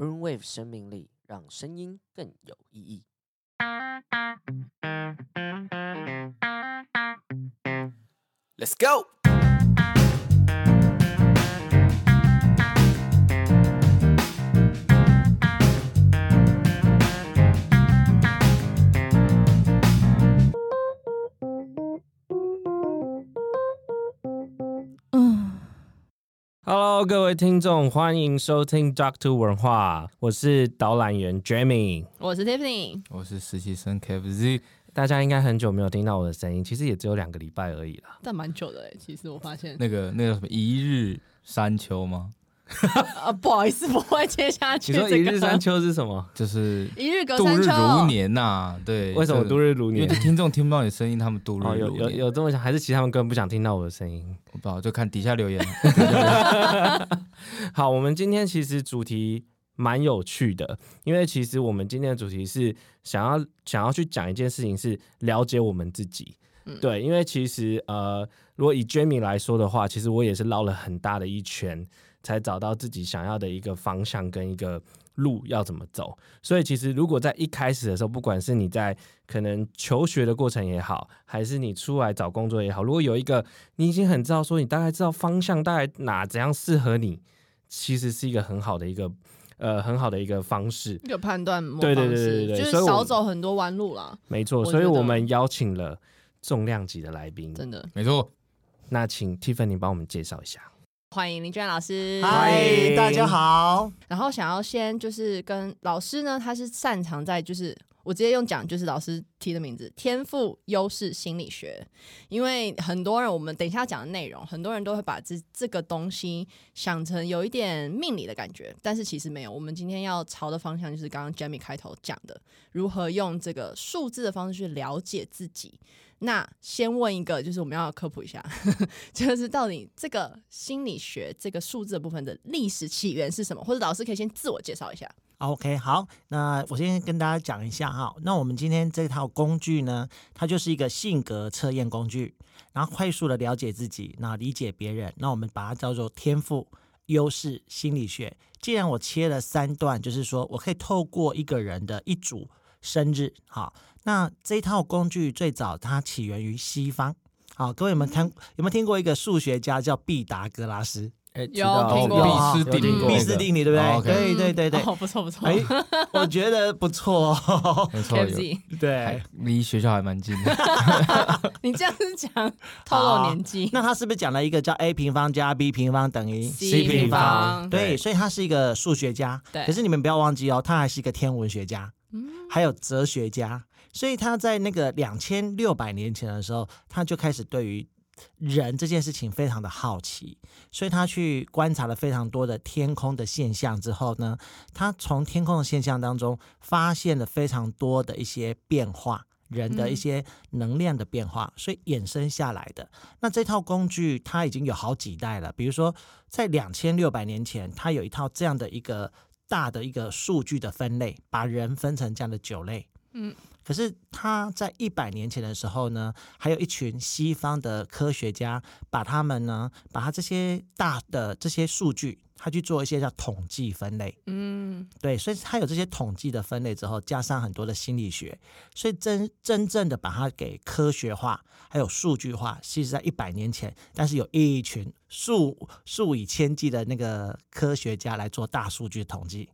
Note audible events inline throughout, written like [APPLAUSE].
Brainwave 生命力，让声音更有意义。 Let's go！ Hello，各位听众，欢迎收听 Doctor 文化，我是导览员 Jamie。我是 Tiffany，我是实习生 KFZ，大家应该很久没有听到我的声音，其实也只有两个礼拜而已啦。但蛮久的哎、其实我发现，那个那个什么一日山丘吗？ [LAUGHS] 啊，不好意思，不会接下去、你 [LAUGHS] 这说个。一日三秋是什么？就是一日隔度三日秋，如年呐、对，为什么这度日如因为年这？听众听不到你声音，他们度日 [LAUGHS] 哦，有如有年，有这么想，还是其实他们根本不想听到我的声音？我不好就看底下留言。好，我们今天其实主题蛮有趣的，因为其实我们今天的主题是想要想要去讲一件事情，是了解我们自己。对，因为其实呃，如果以 Jamie 来说的话，其实我也是绕了很大的一圈，才找到自己想要的一个方向跟一个路要怎么走。所以其实如果在一开始的时候，不管是你在可能求学的过程也好，还是你出来找工作也好，如果有一个你已经很知道说你大概知道方向，大概哪怎样适合你，其实是一个很好的一个呃很好的一个方式。一个判断模对对方式对对对就是所以我少走很多弯路啦，没错，我所以觉我得们邀请了重量级的来宾。真的。没错，那请 Tiffany 帮我们介绍一下。欢迎林娟老师，嗨，大家好。然后想要先就是跟老师呢，他是擅长在就是我直接用讲就是老师提的名字“天赋优势心理学”，因为很多人我们等一下讲的内容，很多人都会把这这个东西想成有一点命理的感觉，但是其实没有。我们今天要朝的方向就是刚刚 Jamie 开头讲的，如何用这个数字的方式去了解自己。那先问一个，就是我们要科普一下，就是到底这个心理学这个数字的部分的历史起源是什么，或者老师可以先自我介绍一下。 OK，好，那我先跟大家讲一下哈。那我们今天这套工具呢，它就是一个性格测验工具，然后快速的了解自己，那理解别人。那我们把它叫做天赋、优势心理学。既然我切了三段，就是说我可以透过一个人的一组生日，好，那这套工具最早它起源于西方。好，各位有没有看有没有听过一个数学家叫毕达哥拉斯？哎，知道听过哦毕斯有定听律，过毕氏定理对不对哦，OK 对对对对哦，不错不错。 [LAUGHS] 哎，我觉得不错、哦。没错，有 KFC，对还，离学校还蛮近的。你这样子讲透露年纪那他是不是讲了一个叫 a 平方加 b 平方等于 C 平方对，对所以他是一个数学家。对可是你们不要忘记哦，他还是一个天文学家，还有哲学家。所以他在那个两千六百年前的时候，他就开始对于人这件事情非常的好奇，所以他去观察了非常多的天空的现象之后呢，他从天空的现象当中发现了非常多的一些变化。人的一嗯些能量的变化，所以衍生下来的那这套工具它已经有好几代了，比如说在两千六百年前，它有一套这样的一个大的一个数据的分类，把人分成这样的九类。嗯，可是它在一百年前的时候呢，还有一群西方的科学家，把他们呢，把它这些大的这些数据，他去做一些叫统计分类。嗯，对，所以它有这些统计的分类之后，加上很多的心理学，所以真真正的把它给科学化，还有数据化，其实在一百年前，但是有一群数数以千计的那个科学家来做大数据统计。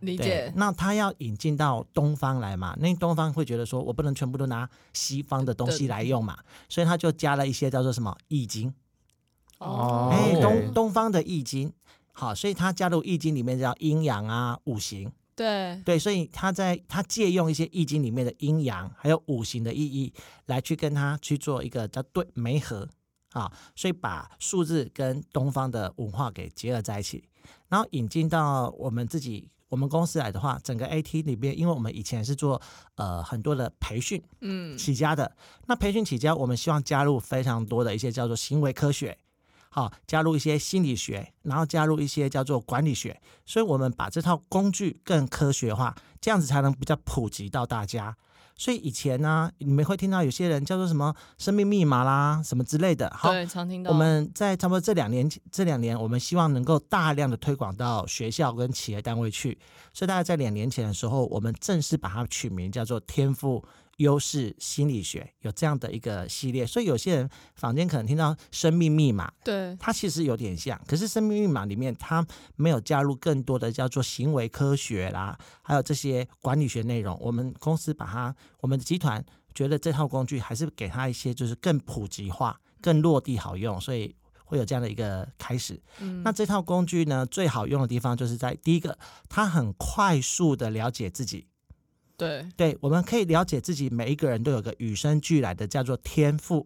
理对解，。那他要引进到东方来嘛，那东方会觉得说我不能全部都拿西方的东西来用嘛，所以他就加了一些叫做什么《易经》。哦，哎、 OK 东东方的《易经》。好，所以他加入《易经》里面叫阴阳啊、五行，对，对，所以他在他借用一些易经里面的阴阳还有五行的意义，来去跟他去做一个叫对媒合啊，所以把数字跟东方的文化给结合在一起，然后引进到我们自己我们公司来的话，整个 AT 里面，因为我们以前是做呃很多的培训嗯，起家的，那培训起家，我们希望加入非常多的一些叫做行为科学。好，加入一些心理学，然后加入一些叫做管理学，所以我们把这套工具更科学化，这样子才能比较普及到大家。所以以前呢、你们会听到有些人叫做什么生命密码啦，什么之类的。好，对，常听到我们在差不多这两年，这两年我们希望能够大量的推广到学校跟企业单位去，所以大概在两年前的时候，我们正式把它取名叫做“天赋优势心理学”，有这样的一个系列。所以有些人坊间可能听到“生命密码”，对它其实有点像，可是生命密码里面它没有加入更多的叫做行为科学啦，还有这些管理学内容。我们公司把它，我们的集团觉得这套工具还是给它一些就是更普及化、更落地好用，所以会有这样的一个开始。嗯那这套工具呢，最好用的地方就是在第一个，它很快速的了解自己。对对，我们可以了解自己，每一个人都有个与生俱来的叫做天赋。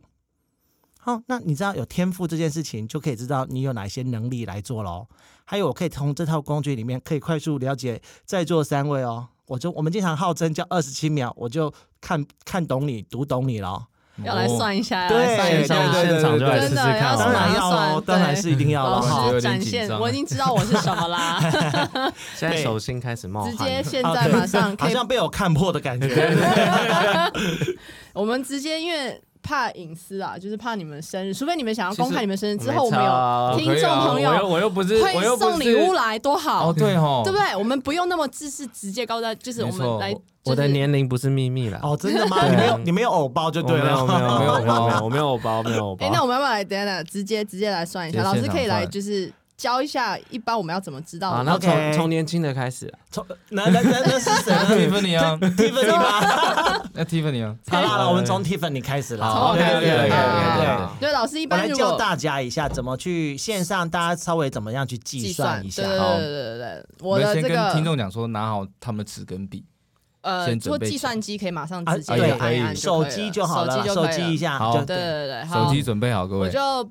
好，那你知道有天赋这件事情，就可以知道你有哪些能力来做喽。还有，我可以从这套工具里面，可以快速了解在座三位哦。我就我们经常号称叫二十七秒，我就看看懂你，读懂你喽。要来算一下，要对来算一对下，对对现场就来试真试的看要好当了，然要喽，哦算当然对是一定要好喽。哈老有师点展紧现，张我已经知道我是什 [LAUGHS] 么啦，现在手心开始冒汗直了，接现啊在对马上好可以像被我看破的感觉。 [LAUGHS] 我们直接因为怕隐私啊，就是怕你们生日，除非你们想要公其开你实们生日之没后，我们有差听众朋友啊我又我又不是，我会又不送礼是物来，多好哦，，对哦，对不对？我们不用那么自是直接告诉他，就是我没错们来我，我的年龄不是秘密啦。哦，真的吗？对你没有你没有偶包就我对没了有。没有没有没有没有包没 [LAUGHS] 有我没有包没有哦哎、那包，我们要不要来？等一下，直接直接来算一下，老啊直接师现场可以来算就是教一下，一般我们要怎么知道我啊，们？那从 OK 从年轻的开始啊，从那那那那是谁呢 [LAUGHS] Tiffany 啊， ？Tiffany 吗？那 Tiffany 啊，好啦，好啦我们从 Tiffany 开始啦。从我对开对始对对对啊对好对，老师一我般来如教果大家一下怎么去线上，大家稍微怎么样去计计算算一对下对。好对对对对，我们的先这跟听个众讲说，拿好他们的纸跟笔。呃，先做准备计算机可以马上啊直接啊就也按可以一按就手可以机了就好了啦，手手机就可以机一下。好就对对对，好手机准备好，各我位，就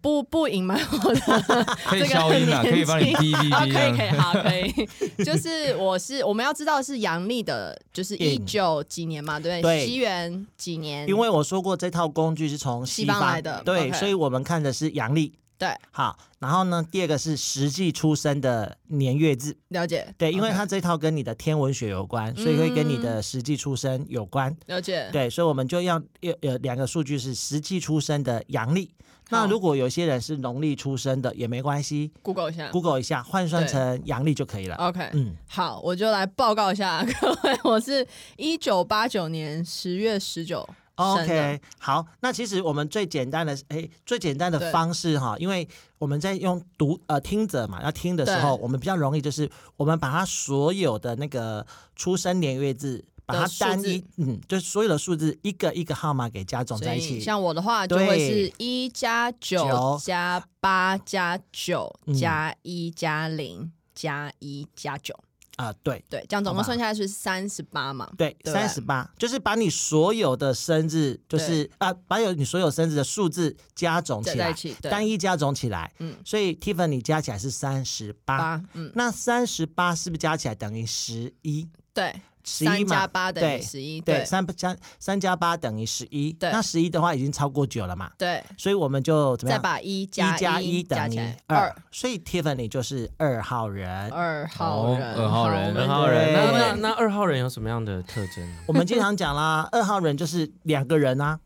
不不 [LAUGHS] 隐瞒我的可以消音啊，这个很可以帮你年轻哔哔啊，哔可这以可以， [LAUGHS] 样。好可以。就是我是我们要知道是阳历的，就是一嗯九几年嘛，对不对？对西元几年？因为我说过这套工具是从西方方来的对 OK 所以我们看的是阳历。对，好，然后呢，第二个是实际出生的年月日。了解对，因为 OK 它这套跟你的天文学有关，所以会跟你的实际出生有关。了解，对，所以我们就要有有两个数据是实际出生的阳历。好那如果有些人是农历出生的也没关系 Google 一下。 ，Google 一下换算嗯对哦成阳历就可以了。 OK，嗯，好，我就来报告一下 [LAUGHS] 各位，我是一九八九年十月十九 OK，好，那其实我们最简单的，哎，最简单对的方式哈，因为我们在用读呃听者嘛，要听的时候，对我们比较容易就是我们把它所有的那个出生年月日，把的它数单字一，嗯，就是所有的数字一个一个号码给加总所在一以起。像我的话就会对是一加九九加八加九嗯加一加零加一加九，啊、对对，这样总嗯好共吧算下来是三十八嘛。对，对三十八，就是把你所有的生日，就是啊，把有你所有生日的数字加总加起在一来，起，对，单一加总起来。嗯所以 Tiffany 加起来是三十八，八，嗯，那三十八是不是加起来等于十一？对，十一三加嘛，八等于对十一，对，三加三加八等于十一。对那十一的话已经超过九了嘛，对，所以我们就怎么再样？把一一加一一加等起于来二，所以 Tiffany 就是二号人。二号人，哦二号好人二我们号人，那对那那二号人有什么样的特征？我们经常讲啦， [LAUGHS] 二号人就是两个人啊，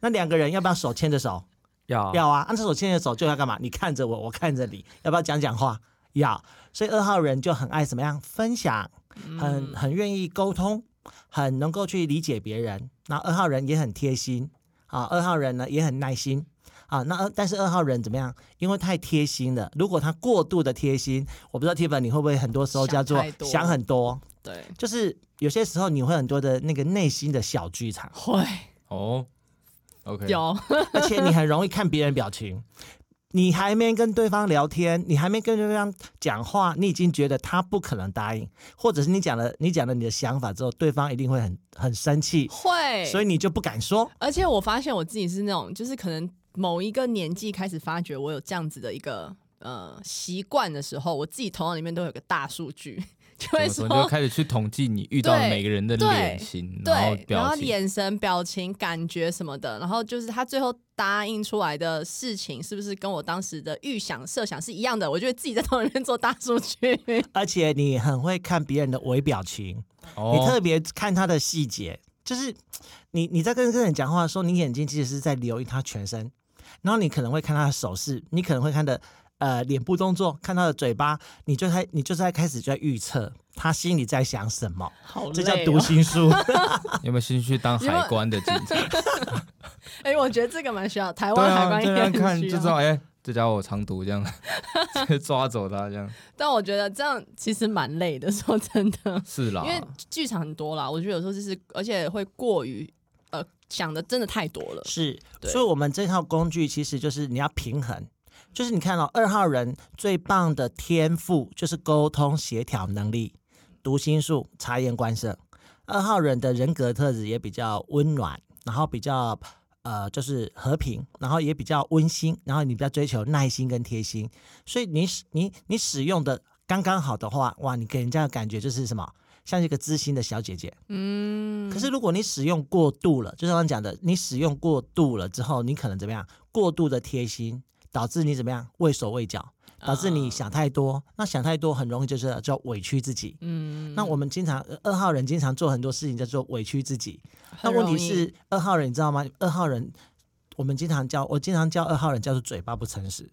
那两个人要不要手牵着手？要要啊，按这手牵着手就要干嘛？你看着我，我看着你，要不要讲讲话？要，所以二号人就很爱怎么样分享，嗯很很愿意沟通，很能够去理解别人。那二号人也很贴心啊，二号人呢也很耐心啊。那二但是二号人怎么样？因为太贴心了，如果他过度的贴心，我不知道 Tiffany 你会不会很多时候想叫做太多想很多，对，就是有些时候你会很多的那个内心的小剧场。 [LAUGHS] 会哦，OK，有，而且你很容易看别人表情。你还没跟对方聊天，你还没跟对方讲话，你已经觉得他不可能答应，或者是你讲了你讲了你的想法之后，对方一定会很很生气，会，所以你就不敢说。而且我发现我自己是那种，就是可能某一个年纪开始发觉我有这样子的一个呃习惯的时候，我自己头脑里面都有个大数据，就怎会么说？你就开始去统计你遇到的对每个人的对脸型，然后对，然表后情，眼神、表情、感觉什么的，然后就是他最后答应出来的事情，是不是跟我当时的预想、设想是一样的？我就会自己在头里面做大数据， [LAUGHS] 而且你很会看别人的微表情，哦你特别看他的细节，就是你你在跟这个人讲话的时候，你眼睛其实是在留意他全身，然后你可能会看他的手势，你可能会看的呃脸部动作，看他的嘴巴，你就开你就在开始就在预测他心里在想什么，好累、哦这叫读。心术。有没有兴趣当海关的警 [LAUGHS] 察？哎、我觉得这个蛮需要，台对湾海啊，关应这该样很看需就要知道，哎，这家伙有藏毒，这样 [LAUGHS] 就抓走他，这样但我觉得这样其实蛮累的， [LAUGHS] 说真的，是啦啊因。为剧场很多啦，我觉得有时候就是，而且会过于呃想的真的太多了。是，对所以我们这套工具其实就是你要平衡，就是你看到、哦二号人最棒的天赋就是沟通协调能力、读心术、察言观色。二号人的人格特质也比较温暖，然后比较呃就是和平，然后也比较温馨，然后你比较追求耐心跟贴心，所以你使你你使用的刚刚好的话，哇，你给人家的感觉就是什么？像一个知心的小姐姐，嗯，可是如果你使用过度了，就像刚讲的，你使用过度了之后，你可能怎么样？过度的贴心，导致你怎么样？畏手畏脚，导致你想太多。那想太多很容易就是叫委屈自己。啊嗯，那我们经常呃二号人经常做很多事情叫做委屈自己。那很问题容易是二号人你知道吗？二号人我们经常叫我经常叫二号人叫做嘴巴不诚 [LAUGHS] 实。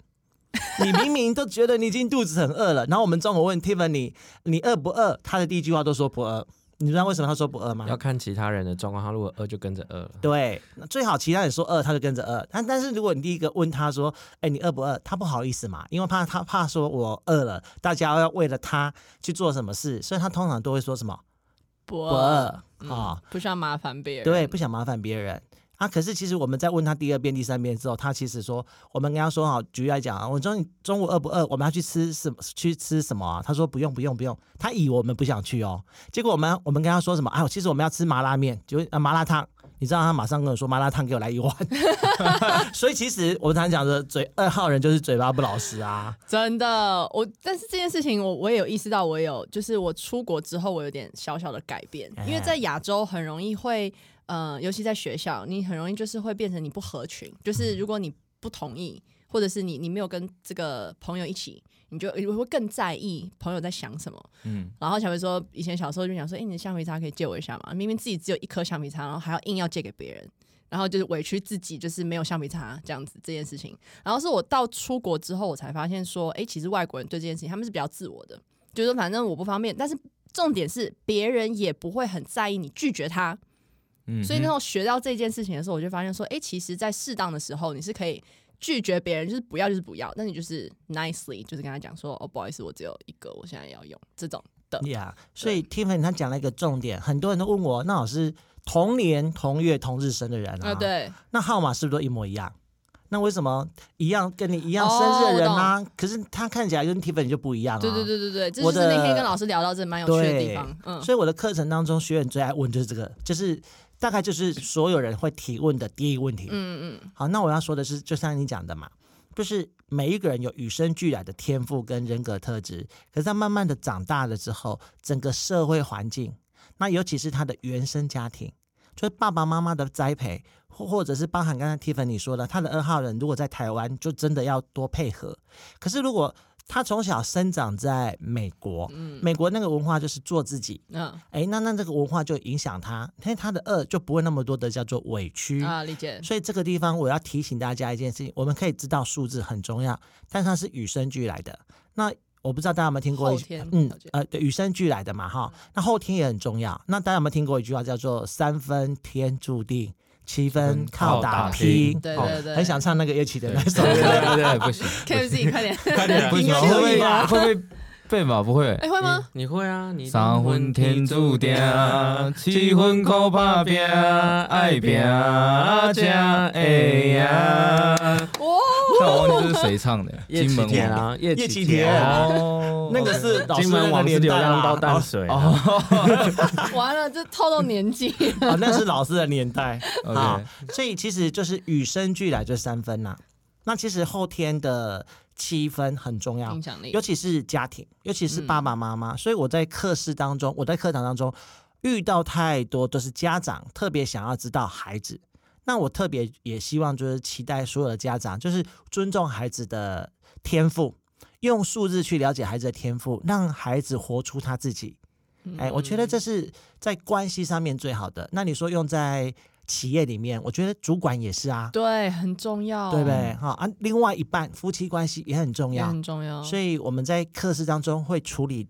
你明明都觉得你已经肚子很饿了，然后我们中午问 Tiffany 你饿不饿，他的第一句话都说不饿。你知道为什么他说不饿吗？要看其他人的状况，他如果饿就跟着饿了。对，那最好其他人说饿，他就跟着饿。但但是如果你第一个问他说，哎，你饿不饿？他不好意思嘛，因为怕他怕说我饿了，大家要为了他去做什么事，所以他通常都会说什么不不饿嗯饿啊，不需要麻烦别人，对，不想麻烦别人。啊，可是其实我们在问他第二遍、第三遍之后，他其实说，我们跟他说好，举例来讲啊，我说你中午饿不饿？我们要去吃什么？去吃什么啊？他说不用，不用，不用。他以为我们不想去哦，结果我们我们跟他说什么？啊，其实我们要吃麻辣面，就、啊、麻辣烫。你知道他马上跟我说麻辣烫给我来一 [LAUGHS] 碗， [LAUGHS] 所以其实我们常讲的嘴二号人就是嘴巴不老实啊，真的，我但是这件事情我我也有意识到，我有就是我出国之后，我有点小小的改变，因为在亚洲很容易会，呃，尤其在学校，你很容易就是会变成你不合群，就是如果你不同意，或者是你你没有跟这个朋友一起，你就你会更在意朋友在想什么，嗯，然后才会说以前小时候就想说，哎、你的橡皮擦可以借我一下吗？明明自己只有一颗橡皮擦，然后还要硬要借给别人，然后就是委屈自己，就是没有橡皮擦这样子这件事情。然后是我到出国之后，我才发现说，哎、其实外国人对这件事情他们是比较自我的，就是说反正我不方便，但是重点是别人也不会很在意你拒绝他。嗯所以那时候学到这件事情的时候，我就发现说，哎、其实，在适当的时候，你是可以拒绝别人，就是不要就是不要，但你就是 nicely，就是跟他讲说，哦，不好意思，我只有一个，我现在要用这种的。呀、yeah,，所以 Tiffany 他讲了一个重点，很多人都问我，那老师同年同月同日生的人啊，对，那号码是不是都一模一样？那为什么一样跟你一样生日的人啊，可是他看起来跟 Tiffany 就不一样啊？哦对对。对对对，这就我是的那天跟老师聊到这蛮有趣的地对方。嗯，所以我的课程当中，学员最爱问就是这个，就是大概就是所有人会提问的第一问题。嗯嗯好，那我要说的是，就像你讲的嘛，就是每一个人有与生俱来的天赋跟人格特质，可是他慢慢的长大了之后，整个社会环境，那尤其是他的原生家庭，就是爸爸妈妈的栽培，或或者是包含刚才 Tiffany 说的，他的二号人如果在台湾，就真的要多配合。可是如果他从小生长在美国，嗯美国那个文化就是做自己，嗯诶，那那这个文化就影响他，那他的二就不会那么多的叫做委屈嗯啊，理解。所以这个地方我要提醒大家一件事情，我们可以知道数字很重要，但它是与生俱来的。那我不知道大家有没有听过一后句，天，嗯了解，嗯呃，对，与生俱来的嘛哈。那后天也很重要。那大家有没有听过一句话叫做“三分天注定，七分分靠靠打打拼”？拼对哦对对很想唱那个乐曲的对那 [LAUGHS] 对首歌。对对，不行， [LAUGHS] 可以自 [LAUGHS] 己快点，快点不音行，乐会不注意会啊会不会背吧？不会。 [LAUGHS] 哎，会吗？你会啊？你三分天注定，啊啊七分靠打拼，啊爱拼啊才会赢。啊嗯哇，但我忘记这是谁唱 [LAUGHS] 的，叶金启门田王。啊，叶叶启启田啊哦 [LAUGHS] 那个 [LAUGHS] 是老师金门那个王是年流代浪啦到淡哦水啊完了，这透露年纪。 [LAUGHS] 哦，那是老师的年 [LAUGHS] 代。 OK，所以其实就是与生俱来就是三分呐、那其实后天的七分很重要影，响力尤，其是家庭，尤其是爸爸妈妈。所以我在课室当中，我在课堂当中遇到太多都是家长特别想要知道孩子。那我特别也希望就是期待所有的家长，就是尊重孩子的天赋，用数字去了解孩子的天赋，让孩子活出他自己。哎，我觉得这是在关系上面最好的。那你说用在企业里面，我觉得主管也是啊，对很重要，对不对？哈啊，另外一半夫妻关系也很重也要，很重要。所以我们在课室当中会处理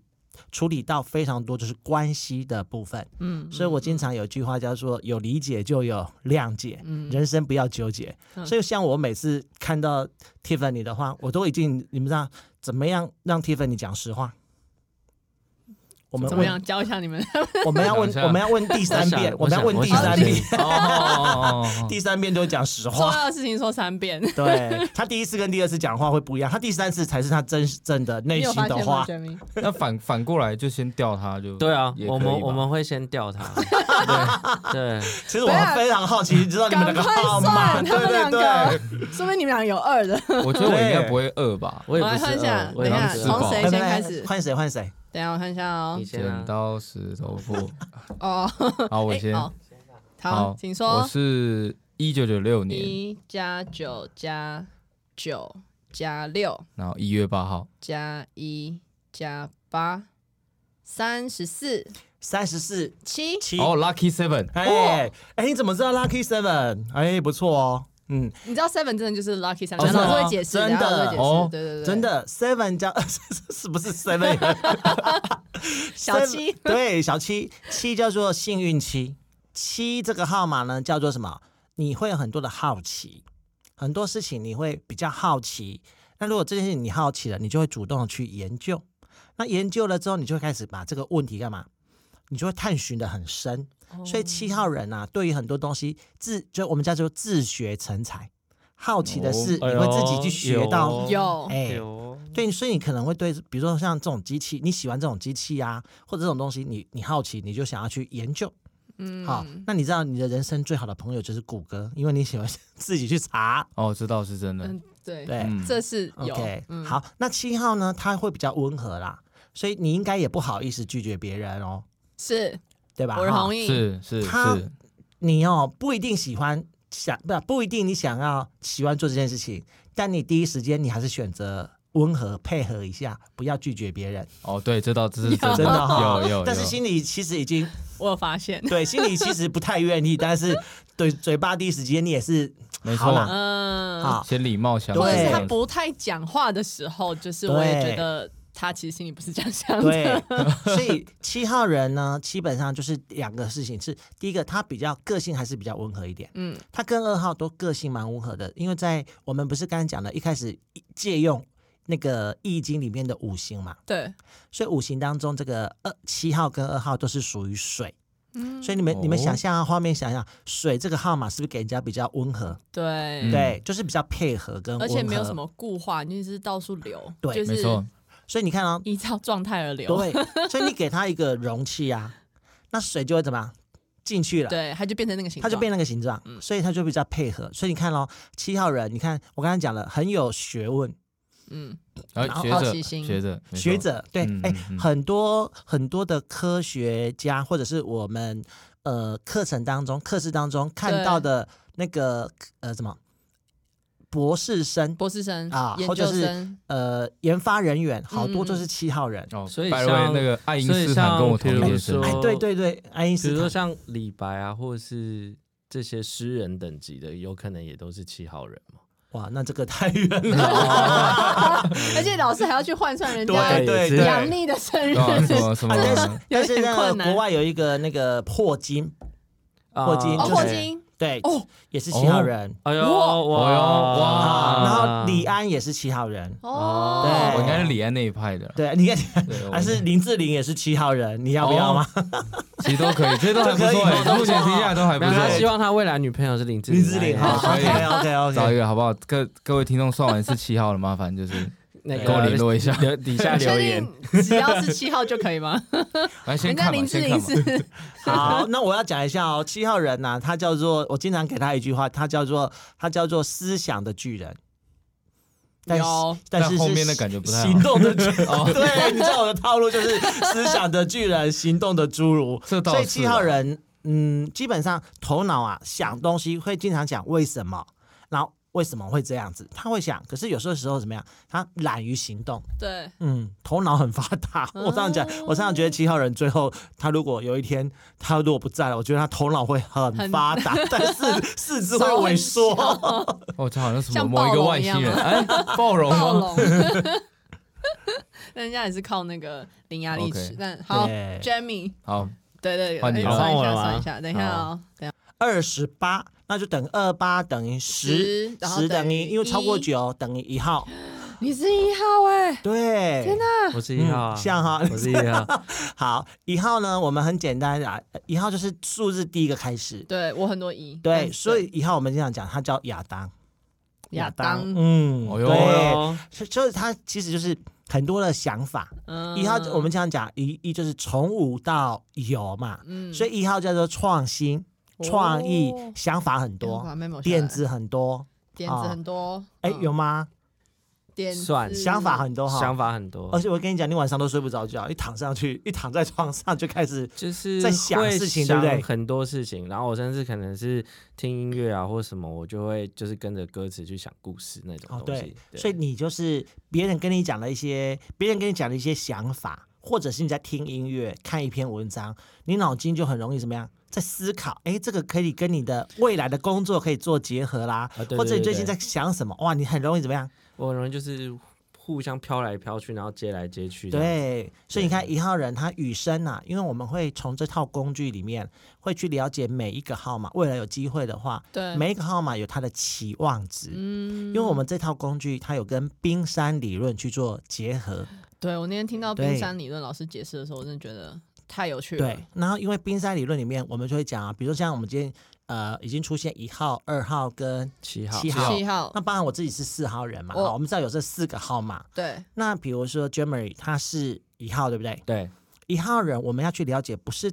处理到非常多就是关系的部分。嗯，所以我经常有句话叫做“有理解就有谅解”，嗯人生不要纠结。嗯所以像我每次看到 Tiffany 的话，我都已经你们知道怎么样让 Tiffany 讲实话。我们怎么问，样教一下你们？我们要问等一，下我们要问第三遍，我们要问第三遍，哦哦哦哦第三遍都讲实重话。要的事情说三遍，对他第一次跟第二次讲话会不一样，他第三次才是他真正的内你有心发的现话吗，。杰明？那反反过来就先吊他 [LAUGHS] 就对啊也，可以我们吧我们会先调他，对对，其实我非常好奇，知道你们两个赶快号码，算他们对对两对个，说明你们俩有二的。 [LAUGHS] 我觉得我应该不会饿吧？我也我来不看是一下二，我也等一下不是从二谁来先来来开始换谁换谁？等一下我看一下哦哎你，先剪啊，刀石头 [LAUGHS] 布，哦，好，我哎先。哦好好，请我说。是一九九六年，一加九加九加六然后一月八号，加一加八，三十四三十四七。七。哦，Lucky Seven，哎哎，你怎么知道 Lucky Seven？哎，不错哦，嗯，你知道 seven 真的就是 lucky 三，哦老真的师吗会解释，真的等一下老师会解释哦对对对，真的 Seven 加 [LAUGHS] 是不是 Seven？ [LAUGHS] 小七 Seven- 对小七七叫做幸运七，七这个号码呢叫做什么？你会有很多的好奇，很多事情你会比较好奇。那如果这件事情你好奇了，你就会主动的去研究。那研究了之后，你就会开始把这个问题干嘛？你就会探寻的很深。哦嗯所以七号人啊，对于很多东西自就我们叫做自学成才，好奇的事、哦你会自己去学到。哎呦有哎、哦，对，所以你可能会对，比如说像这种机器，你喜欢这种机器啊，或者这种东西，你你好奇，你就想要去研究。嗯好，那你知道你的人生最好的朋友就是谷歌，因为你喜欢 [LAUGHS] 自己去查。哦，知道是真的，嗯，对，对、嗯这是有 o k 嗯好，那七号呢，他会比较温和啦，所以你应该也不好意思拒绝别人哦，是，对吧？我哈同意，是是他是，你哦不一定喜欢想不不一定你想要喜欢做这件事情，但你第一时间你还是选择温和配合一下，不要拒绝别人，哦，对，知道这是真真的哈、有有， [LAUGHS] 但是有心里其实已经我有发 [LAUGHS] 现，对心里其实不太愿意，但是对嘴巴第一时间你也是 [LAUGHS] 没好错啦嗯，好先礼貌相对或者是对他不太讲话的时候，就是我也对觉得他其实心里不是这样想的。对， [LAUGHS] 所以七号人呢，基本上就是两个事情是：第一个，他比较个性还是比较温和一点，嗯，他跟二号都个性蛮温和的，因为在我们不是刚才讲的，一开始借用那个易经里面的五行嘛，对，所以五行当中这个二七号跟二号都是属于水，嗯，所以你们你们哦想象啊，画面想象水这个号码是不是给人家比较温和？对，嗯对，就是比较配合跟而温和，且没有什么固化，你就是到处流，对就没是错，所以你看啊、依照状态而流，对，所以你给他一个容器啊，那水就会怎么样进去了？对，他就变成那个形它状，就变那个形状，所以它就比较配合。所以你看咯，七号人，你看我刚才讲了，很有学问，嗯，然然后后哎学好者奇心学者没错学者对嗯，哎、嗯嗯很多很多的科学家或者是我们呃课程当中、课室当中看到的那个呃什么博士生博士生啊研或者究是 [LAUGHS] 生，呃研发人员，好多都嗯嗯是七号人。哦，所以拜瑞像那个爱因所以斯坦跟像我同一比届如说生日，哎，对对对，爱因比斯如说坦，像李白啊，或者是这些诗人等级的，有可能也都是七号人嘛。哇，那这个太远了。而且老师还要去换算人哦对家对对杨对。丽的生日对，啊什么 [LAUGHS] 什么啊，但什是么但是有点那个困难国外有一个那个霍金，霍金啊就哦，是霍金，对，哦也是七号人。哎呦哇哇啊，哇！然后李安也是七号人，哦对，我应该是李安那一派的，对，你看，对，我 [LAUGHS] 还是林志玲也是七号人，你要不要吗？其实都可以，这些都还不都错可以哎，目前听下来都还不没有他希错。欸望他未来女朋友是林 [LAUGHS] 志林志玲，哎好可以，OK OK 找 OK，一个好不好？各各位听众算完是七号了，麻烦就是那个跟我联络一下留底下你留确言。定只要是七号就可以 [LAUGHS] 吗？来先人家看林嘛，志先玲看嘛。是好，那我要讲一下哦，七号人呐，他叫做，我经常给他一句话，他叫做，他叫做思想的巨人，但是有但是但后是面的感觉不太好行动的巨 [LAUGHS] 人，对，你知道我的套路就是思想的巨人，行动的侏儒， [LAUGHS] 这倒所以是七啊号人，嗯，基本上头脑啊想东西会经常讲为什么，然后为什么会这样子，他会想，可是有时候时候怎么样，他懒于行动，对，嗯，头脑很发 [LAUGHS] 达。我这样讲，我这样觉得七号人最后他如果有一天他如果不在了，我觉得他头脑会很很发达， [LAUGHS] 但是 [LAUGHS] 四肢会萎手很缩。小哦，这好像什么像某一暴个龙外一星样人，吗哎，暴龙暴吗？ [LAUGHS] 龙。 [LAUGHS] 人家也是靠那个伶牙俐齿 OK，但好对，Jamie，好，对对，对换你哎了算换一我下，了吗算一下，等一下哦，等一下二十八，那就等二八等于十，十，然后十等于于因为超过一，九等于一号。你是一号哎，对，天我是一号啊，嗯像哈我是一号， [LAUGHS] [LAUGHS] 好，一号呢，我们很简单啊，一号就是数字第一个开始。对我很多一，对，但所以一号我们经常讲，他叫亚当。亚当，嗯，哦哟对，哦所以所以他其实就是很多的想法。嗯一号我们经常讲一一就是从无到有嘛，嗯所以一号叫做创新、创意哦，想法很我多，把 memo 下点来子很多。点子啊很多，哎，嗯有吗？点算子想法很多哈想。法很多而，且我跟你讲，你晚上都睡不着觉，一躺上去，一躺在床上就开始就是在想会事情对不对想很多事情，然后我甚至可能是听音乐啊或什么，我就会就是跟着歌词去想故事那种哦，东西对，，所以你就是别人跟你讲了一些，别人跟你讲的一些想法，或者是你在听音乐、看一篇文章，你脑筋就很容易怎么样，在思考，哎，这个可以跟你的未来的工作可以做结合啦，啊对或者对你最对近在想什么，哇，你很容易怎么样？我很容易就是互相飘来飘去，然后接来接去，，对，所以你对看一号人他与生啊，因为我们会从这套工具里面会去了解每一个号码，未来有机会的话，对，每一个号码有它的期望值。嗯因为我们这套工具，它有跟冰山理论去做结合，对我那天听到冰对山理论老师解释的时候，我真的觉得太有趣了。对，然后因为冰山理论里面，我们就会讲啊，比如像我们今天呃已经出现一号、二号跟七号七号，七号那，包含我自己是四号人嘛，哦我好，我们知道有这四个号码。对那比如说 j e m e r y 他是一号，对不对？对，一号人我们要去了解，不是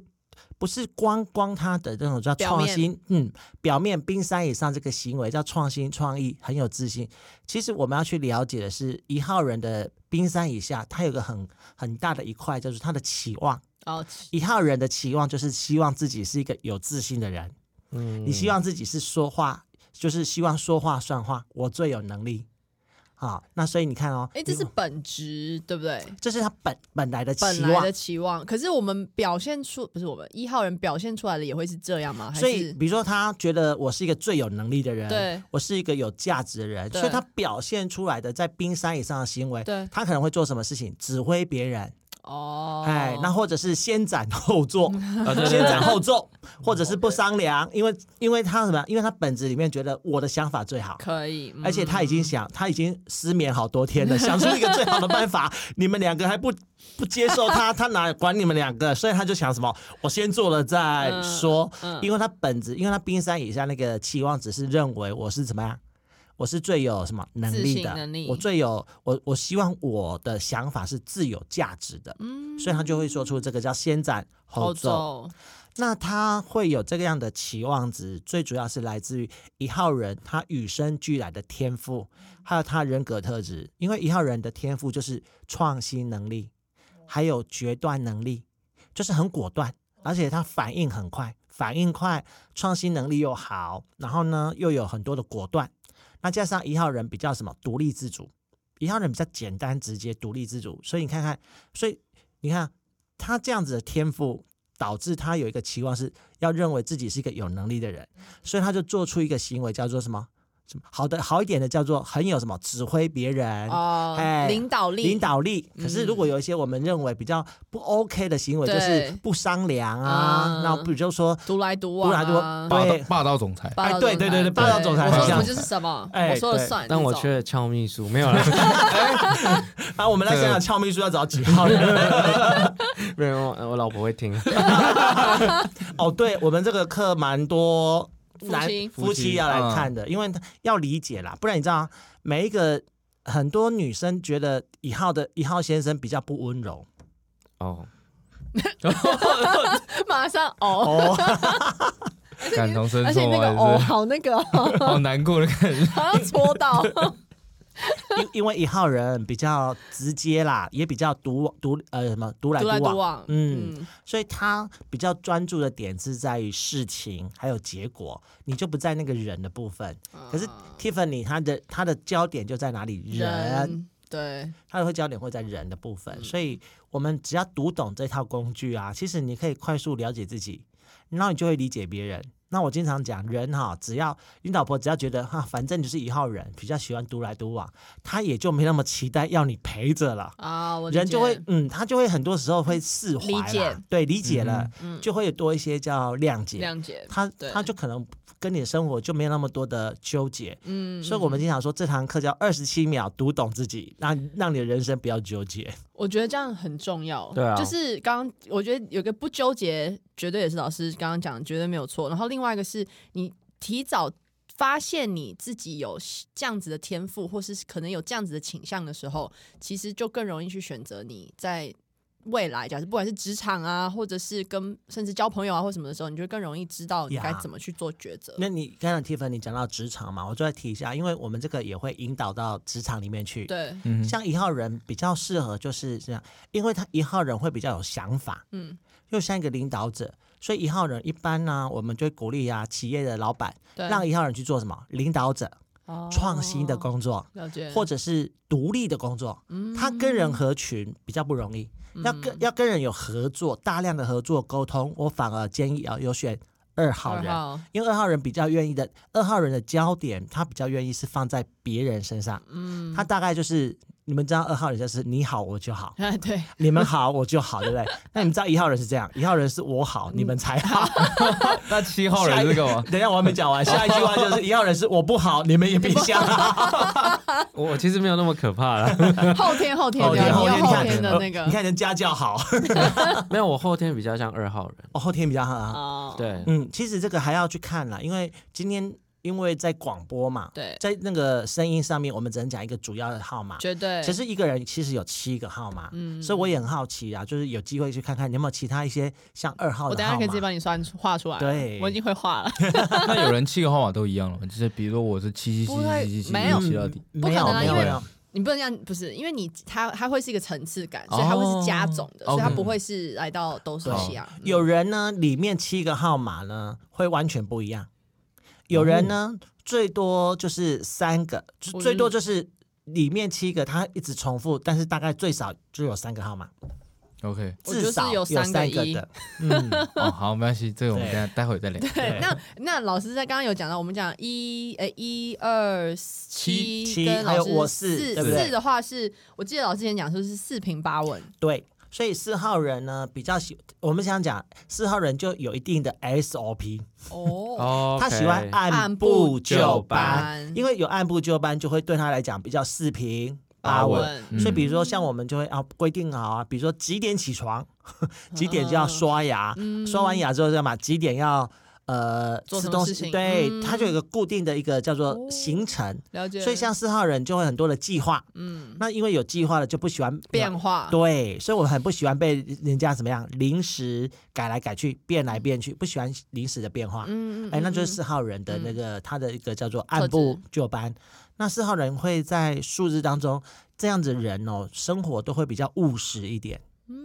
不是光光他的这种叫表创面新，嗯，表面冰山以上这个行为叫创新创意，很有自信。其实我们要去了解的是一号人的冰山以下，他有个很很大的一块，就是他的期望。哦，一号人的期望就是希望自己是一个有自信的人，嗯你希望自己是说话，就是希望说话算话，我最有能力。好，那所以你看哦，哎，这是你本质，对不对？这是他本本来的期本来望的。期望，可是我们表现出不是我们一号人表现出来的也会是这样吗？还所以，是比如说，他觉得我是一个最有能力的人，对我是一个有价值的人，对所以他表现出来的在冰山以上的行为，对他可能会做什么事情？指挥别人，哦，哎，那或者是先斩后奏，啊对对先斩后奏，或者是不商量，因为因为他什么样？因为他本质里面觉得我的想法最好。可以，嗯而且他已经想，他已经失眠好多 [LAUGHS] 天了，想出一个最好的办法。你们两个还不不接受他， [LAUGHS] 他哪管你们两个？所以他就想什么，我先做了再嗯说。嗯因为他本质，因为他冰山以下那个期望只是认为我是怎么样，我是最有什么能自力信的，能力我最有我我希望我的想法是自有价值的，嗯所以他就会说出这个叫先斩后后奏。奏，那他会有这个样的期望值，最主要是来自于一号人他与生俱来的天赋，还有他人格特质。因为一号人的天赋就是创新能力，还有决断能力，就是很果断，而且他反应很快，反应快，创新能力又好，然后呢又有很多的果断。那加上一号人比较什么独立自主，一号人比较简单直接独立自主，所以你看看，所以你看他这样子的天赋，导致他有一个期望是要认为自己是一个有能力的人，所以他就做出一个行为叫做什么什么好的好一点的叫做很有什么指挥别人。哦哎，领导力，领导力，可是如果嗯有一些我们认为比较不 OK 的行为，就对是不商量啊，嗯那比如说，独来独独往来啊，独霸道对霸道总裁，霸道哎对总对裁对对霸道总裁我是这说什样么就是什么，哎我说对了算，但我缺觉得了俏秘书，没有啦，啊，我们来想想俏秘书要找几号人？没有，我老婆会听。 [LAUGHS] 哦，对我们这个课蛮多夫男妻夫妻嗯要来看的，因为要理解啦，不然你知道每一个很多女生觉得一号的一号先生比较不温柔哦， [LAUGHS] 马上哦，哦， [LAUGHS] 感同身而且受你那个 [LAUGHS] 啊，哦，也是好那个哦，好难过的感觉。好像戳到，因因为一号人比较直接啦，也比较独独呃什么独来独来独独往，往，嗯嗯，所以他比较专注的点是在于事情还有结果，你就不在那个人的部分。可是啊 Tiffany 他的他的焦点就在哪里？人，人对，他的焦点会在人的部分。所以我们只要读懂这套工具啊，其实你可以快速了解自己，然后你就会理解别人。那我经常讲，人哈，只要你老婆只要觉得哈、反正就是一号人，比较喜欢独来独往，她也就没那么期待要你陪着了。啊，我理人就解会嗯，他就会很多时候会释怀啦理解对，理解了，嗯就会有多一些叫谅解。谅解，他对他就可能跟你的生活就没有那么多的纠结，嗯，所以我们经常说这堂课叫二十七秒读懂自己，让让你的人生不要纠结。我觉得这样很重要。对啊就是刚刚我觉得有个不纠结，绝对也是老师刚刚讲的，绝对没有错。然后另外一个是你提早。发现你自己有这样子的天赋，或是可能有这样子的倾向的时候，其实就更容易去选择你在未来，假设不管是职场啊，或者是跟甚至交朋友啊或什么的时候，你就更容易知道你该呀怎么去做抉择。那你刚才 Tiffany 讲到职场嘛，我就再提一下，因为我们这个也会引导到职场里面去。对，嗯像一号人比较适合就是这样，因为他一号人会比较有想法，嗯，又像一个领导者，所以一号人一般呢、我们就会鼓励啊企业的老板对，让一号人去做什么领导者、嗯哦创新的工作，了解，或者是独立的工作，嗯他跟人合群比较不容易，要跟要跟人有合作，大量的合作沟通，我反而建议啊，有选二号二人，号因为二号人比较愿意的，二号人的焦点他比较愿意是放在别人身上，嗯，他大概就是。你们知道二号人就是你好我就好， [LAUGHS] 哎对，你们好我就好，对不 [LAUGHS] 对？那你们知道一号人是这样，一号人是我好，你们才好。那七号人是干嘛？等一下我还没讲完，下一句话就是一号人是我不好，你们也别想好。我我其实没有那么可怕 [LAUGHS] 啦， [LAUGHS] 后天后天后不要天你后要天你后看天的那个你看人家教好，没有，我后天比较像二号人。哦后天比较好啊。哦，对，嗯，其实这个还要去看啦，因为今天因为在广播嘛，对在那个声音上面，我们只能讲一个主要的号码。绝对，其实一个人其实有七个号码，嗯所以我也很好奇啊，就是有机会去看看有没有其他一些像二号我的等一下号可以自己码。帮你算出画出来，对我已经会画了， [LAUGHS] 那有人七个号码都一样了吗，就是比如说我是七七七不会七七七没有七七到底，不没可能有啊没有因为没有，你不能这样，不是因为你它它会是一个层次感，所以它会是加总的，哦所以它 OK 不会是来到都是西洋，嗯有人呢里面七个号码呢会完全不一样，有人呢、最多就是三个，最不是最多就是里面七个，它一直重复，但是大概最少就有三个号码， OK，我就是至少有三三个个一的，嗯。哦，好，没关系，这个我们对等一下待会再聊。对，那那老师在刚刚有讲到，我们讲一呃一二七七跟还老有师我四四对不对四的话是，我记得老师之前讲说是四平八稳，对，所以四号人呢比较喜，我们想讲四号人就有一定的 SOP，、哦，哦，他喜欢按按部部就就班，班因为有按部就班就会对他来讲比较四平八八稳。稳嗯所以，比如说像我们就会啊规定好啊，比如说几点起床， [LAUGHS] 几点就要刷哦牙，刷完牙之后要嘛几点要呃嗯做吃什么东事西，情对，嗯哦它就有一个固定的一个叫做行程。了解，所以像四号人就会很多的计划，嗯那因为有计划了就不喜欢变化对，所以我很不喜欢被人家怎么样临时改来改去、变来变去，不喜欢临时的变化。嗯嗯，哎，那就是嗯四号人的那嗯个、他的一个叫做按部就班。那四号人会在数字当中，这样子人哦，生活都会比较务实一点。按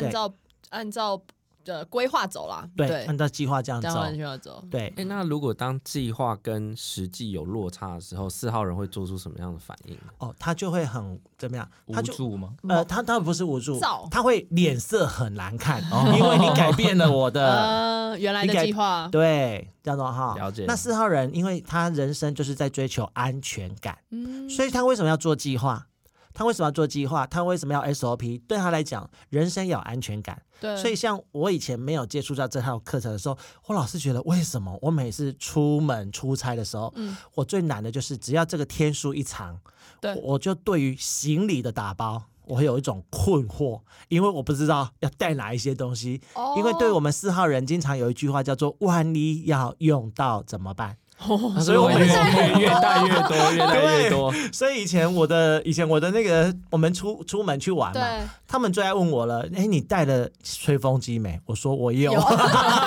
对照按照的规划走啦，对，对按，照计划这样这走样。完全要走。对，哎、那如果当计划跟实际有落差的时候，四号人会做出什么样的反应？哦，他就会很怎么样？无他就助吗？呃，嗯他他不是无助躁，哦他会脸色很难 [LAUGHS] 看，因为你改变了我的呃，原来你的改计划，对，呃叫做哈，了解那四号人，因为他人生就是在追求安全感，嗯所以他为什么要做计划？他为什么要做计划？他为什么要 SOP？对他来讲，人生要有安全感。对，所以，像我以前没有接触到这套课程的时候，我老是觉得为什么我每次出门出差的时候，嗯我最难的就是只要这个天数一长，对我我就对于行李的打包，我会有一种困惑，因为我不知道要带哪一些东西，哦因为对我们四号人经常有一句话叫做“万一要用到怎么办哦所以我越们越越带越多，越带越多。”。所以以前我的以前我的那个我们出出门去玩嘛，对，他们最爱问我了，哎，你带了吹风机没？我说我有有。 [LAUGHS]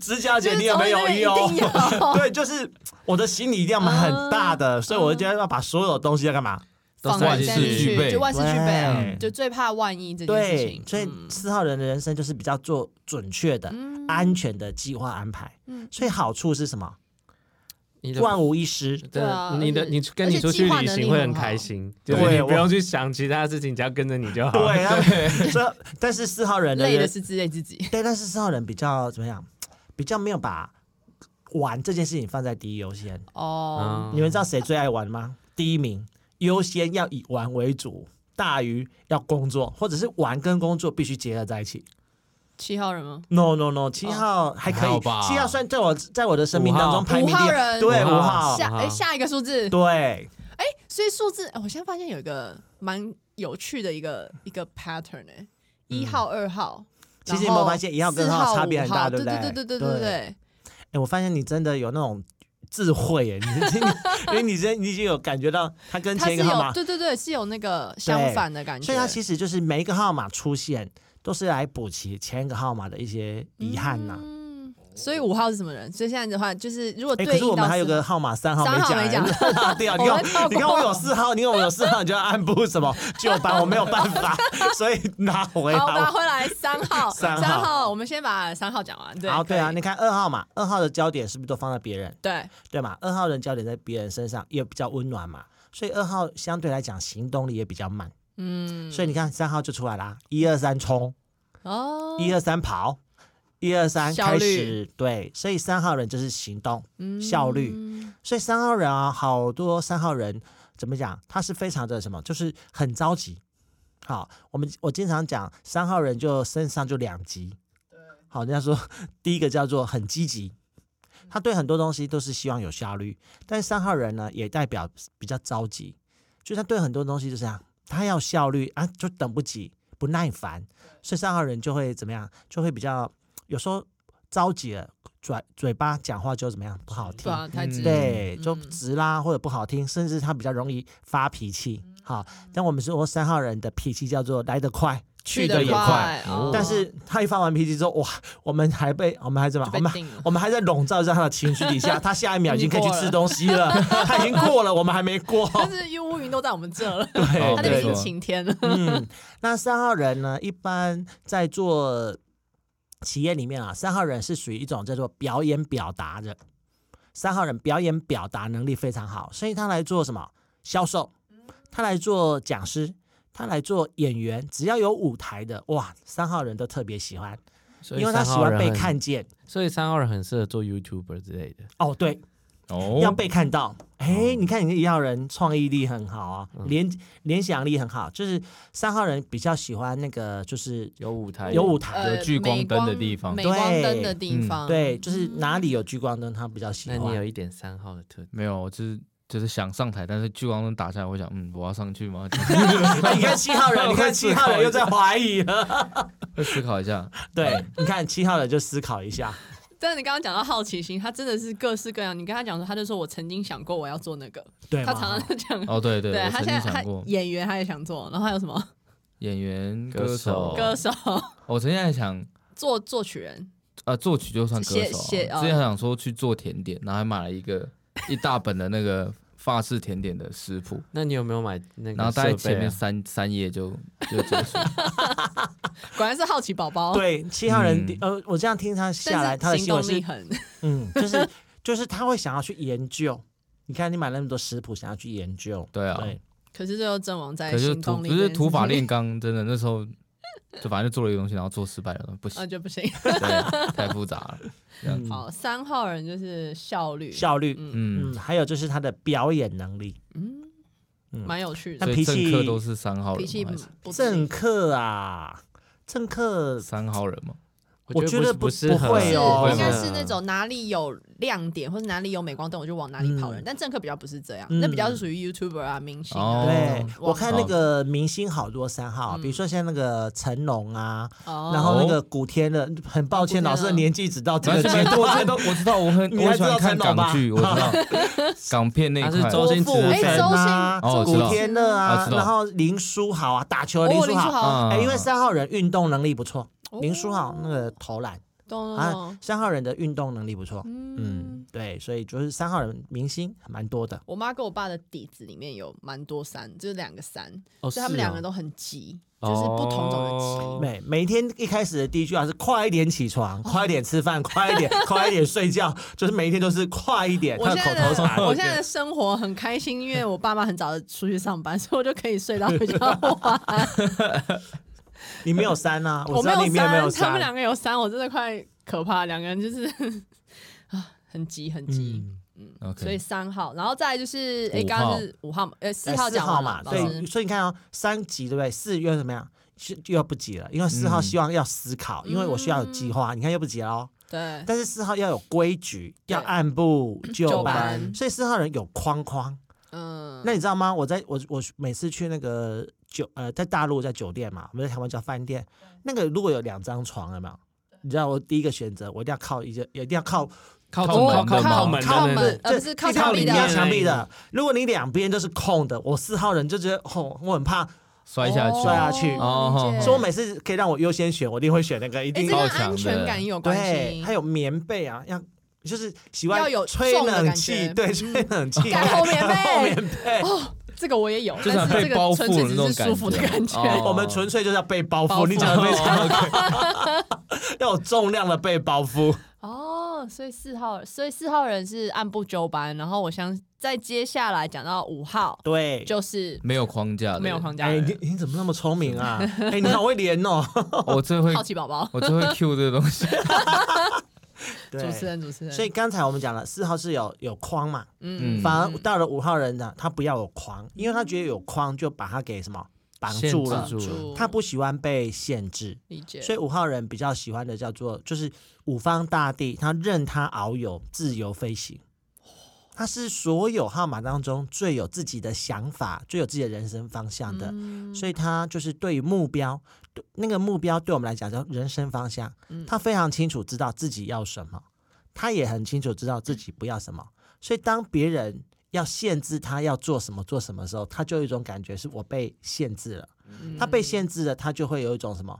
指甲就 [LAUGHS] 剪是你有没有哦从那边一用定？ [LAUGHS] 要嗯对，就是我的行李量蛮很大的，所以我就觉得要把所有东西要干嘛放是在万这事里俱备去就万事俱备啊对，就最怕万一这件事对情，。所以嗯四号人的人生就是比较做准确的、嗯安全的计划安排。嗯所以好处是什么？你万无一 [LAUGHS] 失。真对啊的，你的而且你跟你出去旅行会很开心，计划能力很好对就是你我不用去想其他事情，只要跟着你就好。对啊，所以但是四号人的累的人，是自己自己，对，但是四号人比较怎么样？比较没有把玩这件事情放在第一优先。哦，嗯，你们知道谁最爱玩吗？第一名，优先要以玩为主，大于要工作，或者是玩跟工作必须结合在一起。七号人吗？ No No No，七号还可哦还以好，吧七号算在我在我的生命五号当中排名第五号二，人对五五号号，下五号哎，下一个数字，对，所以数字，哎我现在发现有一个蛮有趣的一个一个 pattern 哎，一号、二号，嗯其实然有没有后发现一号跟四二号号差五别很大号对不对对对对对对对对，哎、我发现你真的有那种智慧耶，你你因为你 [LAUGHS] 真你已经有感觉到它跟它前是一个号有码，对对对是有那个相反的感觉，所以它其实就是每一个号码出现都是来补齐前一个号码的一些遗憾呐、嗯所以五号是什么人？所以现在的话就是，如果哎、对可应是我们到还有四号个号码三号三号没讲， [LAUGHS] 落掉。你我看们跳我，过你看我有四号，你看我有四号，你就要按部什么九班，我没有办 [LAUGHS] 法，所以拿回来好，拿我。回来三 [LAUGHS] 号，三号号，我们先把三号讲完。对，好，对啊，可以你看二号嘛，二号的焦点是不是都放在别人，对，对嘛？二号人焦点在别人身上也比较温暖嘛，所以二号相对来讲行动力也比较慢。嗯，所以你看三号就出来啦，一二三冲，哦，一二三跑，一二三效开率始，对，所以三号人就是行动，嗯效率，所以三号人啊，好多三号人怎么讲，他是非常的什么，就是很着急。好，我们我经常讲三号人就身上就两极，好，人家说第一个叫做很积极。他对很多东西都是希望有效率，但是三号人呢，也代表比较着急，就是他对很多东西就这样，他要效率啊，就等不及，不耐烦，所以三号人就会怎么样，就会比较有时候着急了，嘴嘴巴讲话就怎么样不好听对，啊，太直，对，就嗯直啦或者不好听，甚至他比较容易发脾气。嗯好，但我们说三号人的脾气叫做来得快，去得得也快。快，哦但是他一发完脾气之后，哇，我们还被我们还怎么样？就被我们定了我们还在笼罩在他的情绪底 [LAUGHS] 下，他下一秒已经可以去已经过吃了东西了，他已经过了，我们还没过。 [LAUGHS] 但是因为乌云都在我们这 [LAUGHS] 了，哦对他那边已对经晴天了。 [LAUGHS] 嗯，那三号人呢，一般在做企业里面啊，三号人是属于一种叫做表演表达的。三号人表演表达能力非常好，所以他来做什么销售，嗯他来做讲师，他来做演员，只要有舞台的，哇，三号人都特别喜欢，所以因为他喜三号欢人被很看，见。所以三号人很适合做 YouTuber 之类的。哦，对，哦，要被看到。哦哎，你看你一号人创意力很好啊，嗯联联想力很好，就是三号人比较喜欢那个就是有舞台，有舞台。 [LAUGHS] 呃有聚光灯的地方镁光镁光灯的地对方，对，就是哪里有聚光灯，他比较喜那欢。[LAUGHS] 你有一点三号的特质，没有，就是就是想上台，但是聚光灯打下来，我想，嗯，我要上去吗？ [LAUGHS] 哎你看七号 [LAUGHS] 人，我你看会七思考一下号人又在怀 [LAUGHS] 疑了。会思考一下。对，你看七号人就思考一下，但是你刚刚讲到好奇心，他真的是各式各样。你跟他讲说，他就说我曾经想过我要做那个，对他吗 [LAUGHS] 常常在讲。哦，对对，对我他曾现经在想他过演员他也想做，然后还有什么演员、歌歌手手、歌手、 [LAUGHS] 我曾经还想，作作曲人，呃，作曲就算歌写手啊。写哦之前还想说去做甜点，然后还买了一个一大本的那个法式甜点的食谱，那你有没有买那然个后大概设前备面啊？三三页就就结 [LAUGHS] 束。果然是好奇宝宝。对，七号人嗯，呃，我这样听他下来，但他的是行行为动力是，很 [LAUGHS] 嗯，就是就是他会想要去研究。你看，你买那么多食谱，想要去研究，对啊，对，可是最后阵亡在可是行土动可力，是土 [LAUGHS] 法炼，钢，真的那时候就反正就做了一个东西，然后做失败了，不那行，哦就不行。对，太复杂了。嗯好，三号人就是效率，效率， [LAUGHS] 嗯，嗯嗯，，还有就是他的表演能力，嗯，嗯蛮有趣那的，所脾以政客气都是三号人脾气吗，还是不政客啊，政客三号人吗？我觉得不不是不适合会是对哦应该会是那种哪里有亮点或者哪里有镁光灯我就往哪里跑人，嗯但政客比较不是这样，嗯那比较是属于 YouTuber 啊、明星啊哦那对种网，红。我看那个明星好多三号，比如说像那个成龙啊，哦，然后那个古天乐，很抱歉，古天乐老师的年纪只到这反个正阶蛮多，段这。都我知道，我 [LAUGHS] 很你还我很知喜道欢成看龙吧港剧，我知道港片那一他是块。周星驰的郭富哎，城周啊星，哦周我知道古星天乐啊啊知，道然后林书豪啊，打球哦的林林书书豪，豪，嗯哎，因为三号人运动能力不错，哦林书豪那个投篮，懂懂啊懂。，三号人的运动能力不错，嗯嗯，，对，所以就是三号人明星还蛮多的。我妈跟我爸的底子里面有蛮多山，就是两个山，哦，所以他们是哦两个都很急，就是不同种的急。 [LAUGHS] 哦每每天一开始的第一句话是快一点起哦床，快一点吃 [LAUGHS] 饭，快一点，快一点睡觉，就是每一天都是快一点。我他现的口在头的禅，我现在的生活很开心，因为我爸妈很早就出去上班，所以我就可以睡到比较晚。你没有删啊，我知道你有没有没有他们两删。个有三，我真的快可怕，两个人就是 [LAUGHS] 啊，很急很急。嗯， OK，所以三号，然后再来就是，哎，五刚号刚是五号嘛，呃，四号四讲号完嘛，了，老对，师所以你看哦，三级对不对？四又怎么样？是又要不急了，因为四号希望要思考，嗯因为我需要有计划。你看又不急了哦，对，但是四号要有规矩，对要按部就就班，班所以四号人有框框。嗯，那你知道吗？我在我我每次去那个酒呃，在大陆在酒店嘛，我们在台湾叫饭店，那个如果有两张床，有没有？你知道我第一个选择，我一定要靠一个，一定要靠靠靠门靠的吗靠门的靠那个门，呃，就不是靠一定要靠墙壁的，墙壁的。如果你两边都是空的，我四号人就觉得，哦，我很怕，摔下去，啊摔下去理哦解对所以我每次可以让我优先选，我一定会选那个，一哎，定这个跟靠安墙全的感也有关对。系还。有棉被啊，要就是喜欢要有吹重的冷感气，觉嗯哦对，吹冷气，盖厚棉被盖厚棉被。哦，这个我也有，就是但很是这被包个覆纯粹只的那是种舒服的感感觉觉。哦我们纯粹就是要被包包覆，覆你讲的 [LAUGHS] 非常要有重量的被包覆。哦，所以四号，所以四号人是按部就班，然后我想在接下来讲到五号，对，就是没有框架的，没有框架哎、的人，你你怎么那么聪明啊？ [LAUGHS] 哎、你好会连哦。我最会好奇 [LAUGHS] 宝宝，我最会 Q 这个东西，主持。人，主持人，所以刚才我们讲了，四号是有有框嘛，嗯，嗯反而到了五号人呢，他不要有框，因为他觉得有框就把他给什么绑住 [LAUGHS] 了限制，住了他不喜欢被限制。理解，所以五号人比较喜欢的叫做就是五方大帝，他任他遨游，自由飞行。他是所有号码当中最有自己的想法、最有自己的人生方向的，嗯所以他就是对于目标，对那个目标对我们来讲叫人生方向，他非常清楚知道自己要什么，他也很清楚知道自己不要什么，所以当别人要限制他要做什么做什么的时候，他就有一种感觉是我被限制了，嗯他被限制了，他就会有一种什么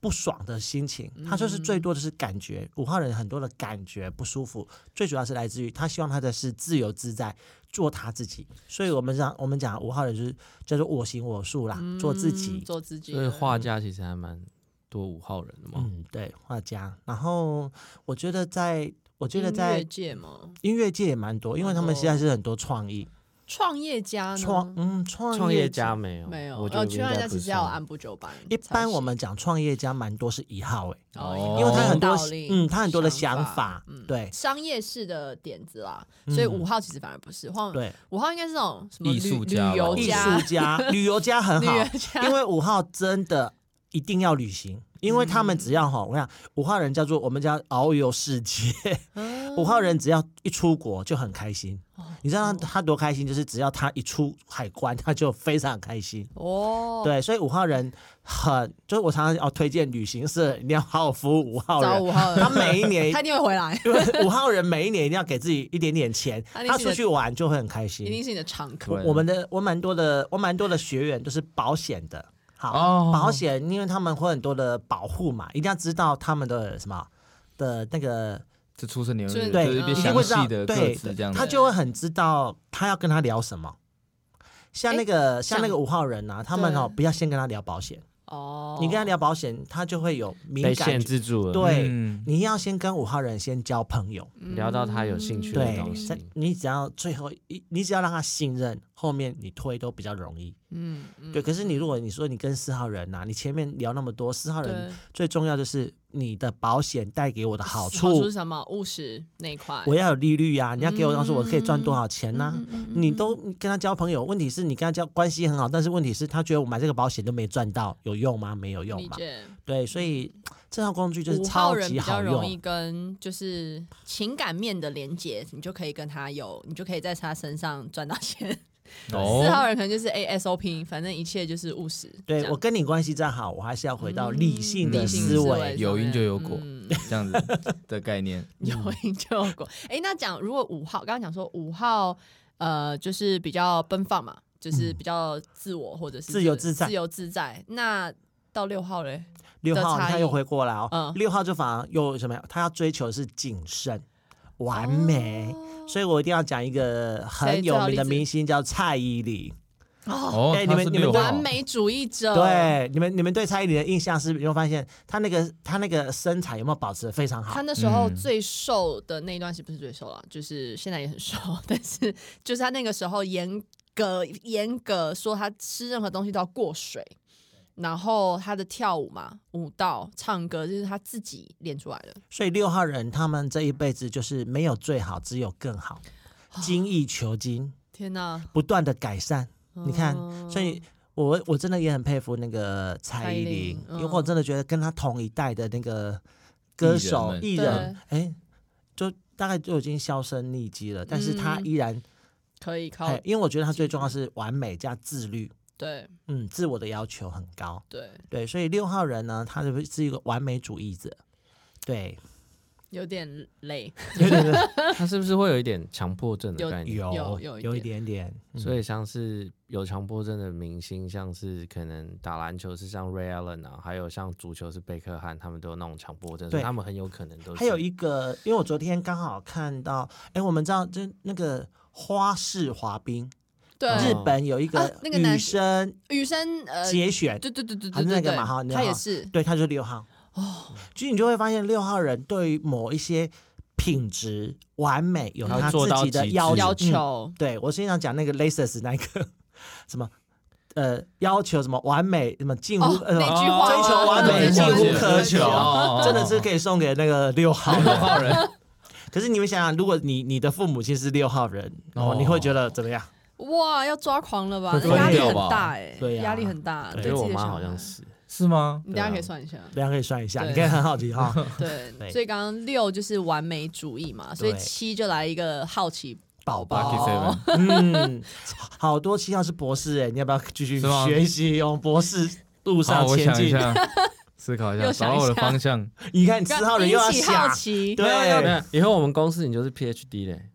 不爽的心情，嗯他就是最多的是感觉，五号人很多的感觉不舒服，最主要是来自于他希望他的是自由自在，做他自己，所以我们讲我们讲五号人就是叫做我行我素啦，做自己嗯，做自己所以的，画家其实还蛮多五号人的嘛。嗯，对，画家。然后我觉得在，我觉得音乐在界嘛，音乐界也蛮多，因为他们蛮多现在是很多创意创业家呢创，嗯，创创业业家没有，没有，我觉呃，得去人应家该其不实要算按部就班才行，一般我们讲创业家蛮多是一号哎、哦，因为他很多道理嗯，他很多的想想法，法嗯对商业式的点子啦，所以嗯五号其实反而不是，或对，五号应该是那种什么艺旅术家吧旅游艺嗯家、术 [LAUGHS] 家、旅游家很旅好游，家，因为五号真的一定要旅行，因为他们只要哈，我跟你讲五号人叫做我们叫遨游世界，嗯 [LAUGHS] 五号人只要一出国就很开心。哦你知道他他多开心？就是只要他一出海关，他就非常开心。 [LAUGHS] 哦，对，所以五号人很，就是我常常要推荐旅行社一定要好好服务五号找人。五号他人，每一 [LAUGHS] 年他，一定会回来，因为五号人每一年一定要给自己一点点钱，他一定他啊是出去玩就会很开心。一定是你的常客。对我们的我蛮多的，我蛮多的学员都是保险的。好，哦保险，因为他们会很多的保护嘛，一定要知道他们的什么的那个，这出生年月日对就是一一些定详会知道细的对各自这样他子，就会很知道他要跟他聊什么。像那个像那个像五号人啊，他们哦，对不要先跟他聊保险，哦，你跟他聊保险，他就会有敏被限感觉。制住了。对，嗯你要先跟五号人先交朋友，聊到他有兴趣嗯的对东，西在，你只要最后一，你只要让他信任，后面你推都比较容易。嗯，嗯对，可是你如果你说你跟四号人啊呐、你前面聊那么多，四号人对，最重要就是你的保险带给我的好好处处是，什么？务实那一块，我要有利率啊，你要给我告诉我可以赚多少钱呐、嗯嗯嗯你都跟他交朋友，问题是你跟他交关系很好，但是问题是他觉得我买这个保险都没赚到，有用吗？没有用理嘛。解。嗯对，所以这套工具就是五号超人级比较好容易用。跟就是情感面的连接，你就可以跟他有，你就可以在他身上赚到钱。四哦，号人可能就是哎 ASOP，反正一切就是务实。这对样我跟你关系再好，我还是要回到嗯理性的理性思思维维。有因就有果嗯 [LAUGHS] 这样子的概念，有因就有果。哎、那讲如果五号，刚刚讲说五号，呃，就是比较奔放嘛，就是比较自我或者嗯是自由自在自由自在。那到六号嘞，六的号差他又异回过来哦嗯，六、号就反而又什么呀？他要追求的是谨慎、完美，哦所以我一定要讲一个谁很最有好名例的子明星叫蔡依林。哦，哦，哎他你们是你们六对号完美主义者，，对，你们你们对蔡依林的印象是，有没有发现她那个她那个身材有没有保持的非常好他？那时候嗯最瘦的那一段是不是最瘦了？就是现在也很瘦， [LAUGHS] 但是就是他那个时候严格严格说他吃任何东西都要过水，然后他的跳舞嘛、舞蹈、唱歌，就是他自己练出来的。所以六号人他们这一辈子就是没有最好，只有更好，精益求精，天哪！不断的改善。你看嗯所以我我真的也很佩服那个蔡依林，嗯蔡依林因为我真的觉得跟她同一代的那个歌手艺艺人，哎，就大概就已经销声匿迹了，但是她嗯依然，可以靠哎因为我觉得她最重要是完美加自律，对嗯，自我的要求很高。对，对，所以六号人呢，他是是一个完美主义者，对，有点累， [LAUGHS] 他是不是会有一点强迫症的有概念？有有有一有一点点，嗯所以像是有强迫症的明星，像是可能打篮球是像 Ray Allen 啊，还有像足球是贝克汉，他们都有那种强迫症，所对以他们很有可能都是还有一个，因为我昨天刚好看到，哎，我们知道就那个花式滑冰，对，日本有一啊个那个男女生雨生呃，节选，对对对对还是对那对个对，嘛哈那个他哈也是对，他就是六号。哦，其实你就会发现，六号人对于某一些品质完美有他他做自到己的极要致要求。嗯求对我经常讲那个 Laces 那个 [LAUGHS] 什么。呃，要求什么完美，什么近乎、哦呃什么那句话追求完我美了解近我乎了解苛求，哦哦哦哦真的是可以送给那个六号 [LAUGHS] 六人。号人，可是你们想想，如果你你的父母亲是六号人，哦，你会觉得怎么样？哇，要抓狂了吧？嗯会那压力疯掉很吧大哎、对呀压力很大。对我对觉得自我己的妈小好像孩是是吗？你等对下啊可以算一下。大家可以算一下，对你看很好奇哈、 [LAUGHS] 对对，所以刚刚六就是完美主义嘛，所以对七就来一个好奇 [LAUGHS] 宝宝 Lucky Seven，嗯，好多七号是博士哎、你要不要继续是吗学习用博士路好，上哦我前想一进？ [LAUGHS] 下，思考一下，又想找一到我的下 [LAUGHS] 方向。你看四号人又要引起好想，奇，对没有没有以后我们公司你就是 PhD 嘞，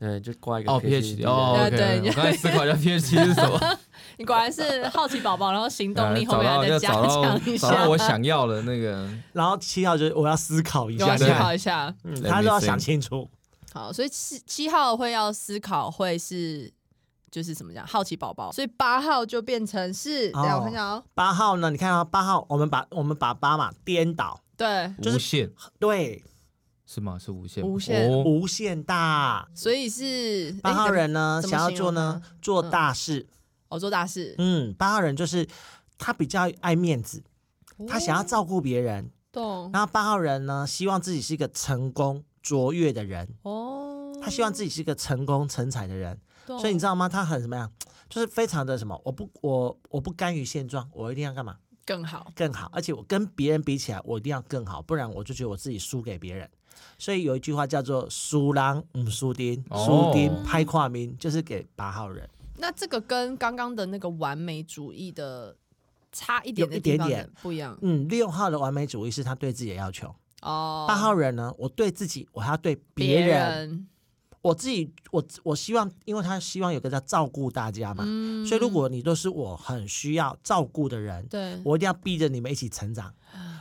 对，就挂一个哦 PhD ，PhD 的哦对，OK，对我刚才思 [LAUGHS] 考一下 PhD [LAUGHS] 是什么，你果然是好奇宝宝，然后行动力后找面到还要再加找到强一找到下，我想要的那个，然后七号就是我要思考一给我下，思对考一下。嗯啊 Let me 他都要想清楚。好，所以七七号会要思考，会是就是怎么讲好奇宝宝，所以八号就变成是，等一下哦我看一下哦，八号呢？你看啊，八号我们把我们把八嘛颠倒，对， [LAUGHS] 就是无限对，是吗？是无限，无限哦无限大。所以是八哎号，人呢，怎么想要做呢做嗯大事，我、哦、做大事，嗯，八号人就是他比较爱面子，他想要哦照顾别人。懂然后八号人呢，希望自己是一个成功卓越的人，哦，他希望自己是一个成功成才的人，懂，所以你知道吗？他很什么样？就是非常的什么？我不，我我不甘于现状，我一定要干嘛更好，更好？而且我跟别人比起来，我一定要更好，不然我就觉得我自己输给别人。所以有一句话叫做“输狼唔输丁，输哦丁拍跨名”，就是给八号人。那这个跟刚刚的那个完美主义的差一点有的一地点方点的不一样嗯，六号的完美主义是他对自己的要求，哦。八号人呢，我对自己，我还要对别别人。我自己，我我希望，因为他希望有个叫照顾大家嘛，嗯所以如果你都是我很需要照顾的人，对，啊我一定要逼着你们一起成长，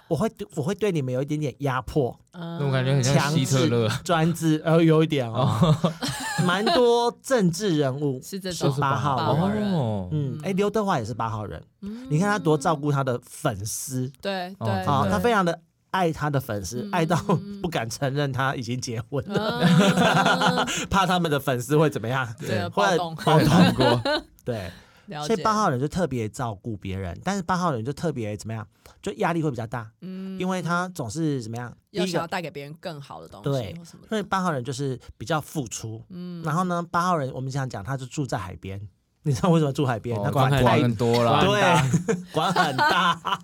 我会对我会对你们有一点点压迫、那那我感觉很像强希特勒制，、专制，呃，有一点哦， [LAUGHS] 蛮多政治人物 [LAUGHS] 是这是种八八号号人，人哦， [LAUGHS] 嗯，哎，刘德华也是八号人，嗯你看他多照顾他的粉丝对哦对真啊，的他非常的爱他的粉丝嗯，爱到嗯嗯不敢承认他已经结婚嗯 [LAUGHS] 了，常 [LAUGHS] 怕他们的粉丝会怎么样，嗯对会暴动 [LAUGHS] 暴动过，对。了所解以八号人就特别照顾别人，但是八号人就特别怎么样，就压力会比较大，嗯因为他总是怎么样，第要一想个，要带给别人更好的东对西或什么的，所以八号人就是比较付出，嗯然后呢，八号人我们想讲，他就住在海边， [LAUGHS] 你知道为什么住海边？哦他管管管太很多啦，对，管很大，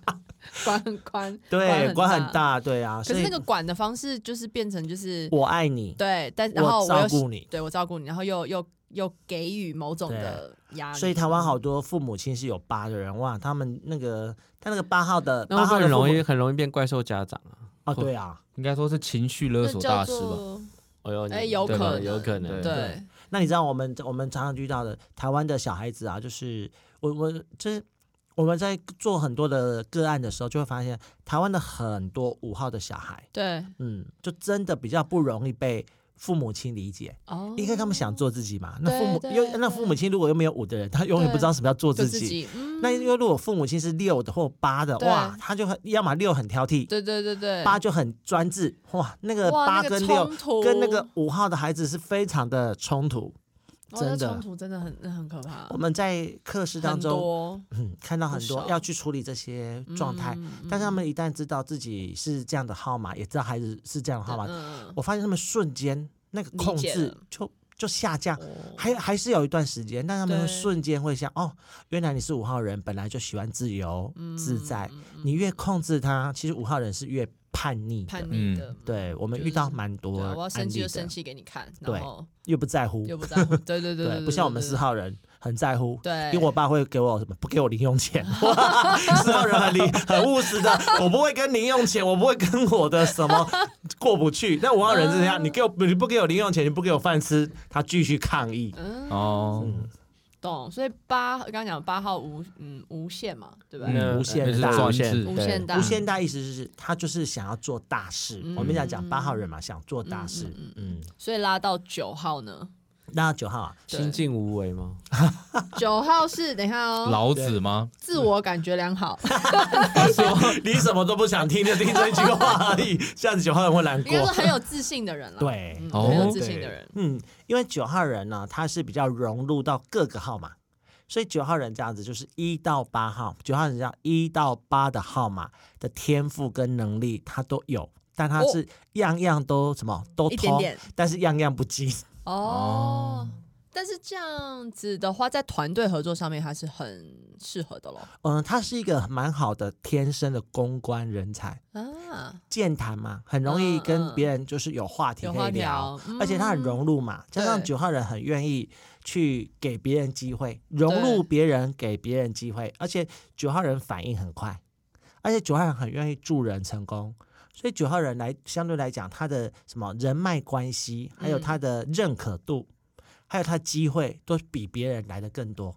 管很宽，对， [LAUGHS] 管很大。大，对啊，可所是以那个管的方式就是变成就是我爱你，对，但然后我我照又顾你。对我照顾你，然后又又又给予某种的压力，嗯所以台湾好多父母亲是有八的人哇，他们那个他那个八号的那八会不号会的很容父易母很容易变怪兽家长啊？哦，对啊，应该说是情绪勒那索叫大师吧，做哎呦，你哎有对可吧能有可能，对对。那你知道我们我们常常遇到的台湾的小孩子啊，就是我我就是我们在做很多的个案的时候，就会发现台湾的很多五号的小孩，对嗯，就真的比较不容易被父母亲理解，哦，因为他们想做自己嘛。那父母对又对那父母亲如果又没有五的人，他永远不知道什么叫做就自自己。己，嗯，那因为如果父母亲是六的或八的，对哇，他就很要么六很挑剔，对对对对，八就很专制，哇，那个嗯哇八那个跟六冲突跟那个五号的孩子是非常的冲突。哇真哦的那冲突真的很那很可怕，我们在课室当很中，多嗯，看到很不多少要去处理这些状态，嗯嗯但是他们一旦知道自己是这样的号码，也知道孩子是这样的号码，嗯，我发现他们瞬间那个理控解制了就就下降，哦还还是有一段时间，但他们会对瞬间会想，哦，原来你是五号人，本来就喜欢自由、嗯自在，你越控制他，其实五号人是越叛逆的。叛逆嗯的，对我们就遇到是蛮多对啊，我要案生气例就生的，气给你看，对然后又不在乎，又不在乎，对对对对，不像我们四，号人很在乎。对，因为我爸会给我什么？不给我零用 [LAUGHS] 钱，哇四号人很零很务实的，我不会跟零用钱，我不会跟我的什 [LAUGHS] 么过不去。那五号人是这嗯样，你给我你不给我零用钱，你不给我饭吃，他继续抗议。嗯哦，懂，所以八刚刚讲八号无嗯无限嘛，对吧？嗯那无限那是大专无限制无对限大，嗯无限大意思就是他就是想要做大事。嗯我们讲讲八号人嘛，想做大事。嗯，所以拉到九号呢？那九号啊，对心境无为 [LAUGHS] 吗？九号是等一下哦，老子吗？ [LAUGHS] 自我感觉良好，你什么都不想听，就听这一句话而已。这样子九号人会难 [LAUGHS] 应该说过。很有自信的人了。对，嗯，哦很有自信的人，嗯，因为九号人呢，他是比较融入到各个号码，所以九号人这样子就是一到八号，九号人这样一到八的号码的天赋跟能力他都有，但他是样样都什么都哦一点通，点但是样样不精。哦。但是这样子的话，在团队合作上面，他是很适合的咯。嗯，他是一个蛮好的天生的公关人才，啊，健谈嘛，很容易嗯跟嗯别人就是有话题有可话以聊聊，，而且他很嗯融入嘛，加上对九号人很愿意去给别人机会，融入对别人，给别人机会，而且九号人反应很快，而且九号人很愿意助人成功，所以九号人来相对来讲，他的什么人脉关系，还有他的认可度，还有他机会都比别人来的更多。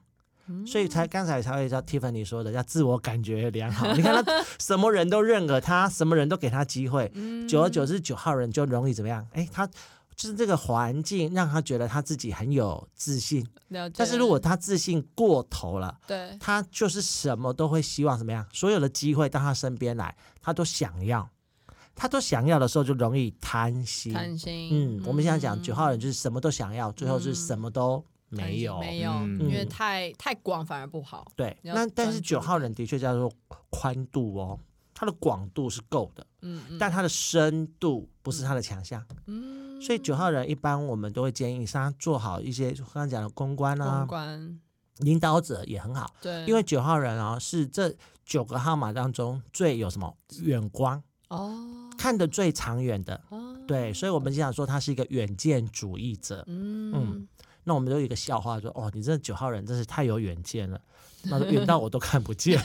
所以才刚才才会叫 Tiffany 说的，要自我感觉良好。你看他什么人都认可他，什么人都给他机会，久而久之，九号人就容易怎么样？哎，他就是这个环境让他觉得他自己很有自信，了解。但是如果他自信过头了，对他就是什么都会希望怎么样？所有的机会到他身边来，他都想要，他都想要的时候就容易贪心。贪心，嗯，我们现在讲九号人嗯就是什么都想要，最后是什么都贪没心有。没有，嗯因为太太广反而不好。对，要那但是专注九号人的确叫做宽度哦，它的广度是够的，嗯，嗯但它的深度不是它的强项。嗯所以九号人一般我们都会建议他做好一些刚刚讲的公关啊，公关领导者也很好，对，因为九号人啊是这九个号码当中最有什么远光，哦看得最长远的。哦，对，所以我们经常说他是一个远见主义者。嗯那我们都有一个笑话说，哦，你这九号人真是太有远见了，那远到我都看不 [LAUGHS] 见。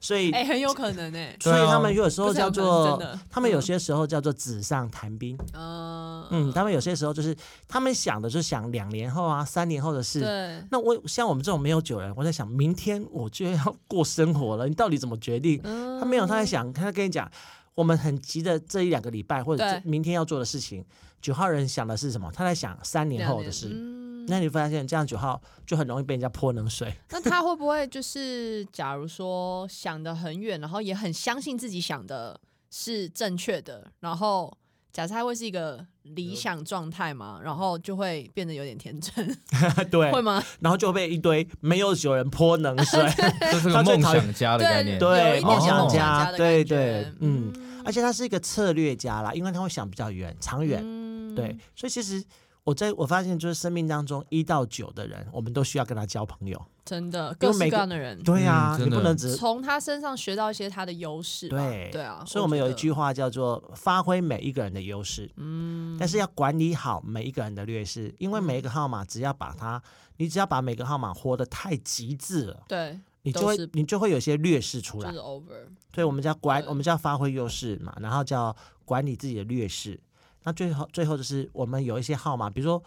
所以哎、很有可能哎、所以他们有时候不是叫有可能是真做的，他们有嗯些时候叫做纸上谈兵。嗯嗯，他们有些时候就是他们想的就是想两年后啊、三年后的事。对，那我像我们这种没有酒人，我在想明天我就要过生活了，你到底怎么决定？嗯他没有，他在想，他跟你讲，我们很急的这一两个礼拜或者对这明天要做的事情。九号人想的是什么？他在想三年两后的年事。嗯那你发现这样九号就很容易被人家泼冷水。 [LAUGHS] 那他会不会就是，假如说想得很远，然后也很相信自己想的是正确的，然后假设他会是一个理想状态嘛，然后就会变得有点天真， [LAUGHS] 对会吗？然后就被一堆没有酒人泼 [LAUGHS] 冷水。这是个梦想家的概念。对有一点梦想想家的对感觉对嗯， [LAUGHS] 而且他是一个策略家啦，因为他会想比较远、长远。嗯对，所以其实我在我发现，就是生命当中一到九的人，我们都需要跟他交朋友。真的因各为式每各个样的人，对呀、嗯真你的不能只从他身上学到一些他的优势吧。对对啊，所以我们觉有一得句话叫做“发挥每一个人的优势”，嗯，但是要管理好每一个人的劣势，因为每一个号码只要把它，你只要把每个号码活得太极致了，对，你就都会是你就会有些劣势出就来是。over。所以我们叫管，对我们叫发挥优势嘛，然后叫管理自己的劣势。那最后最后就是我们有一些号码，比如说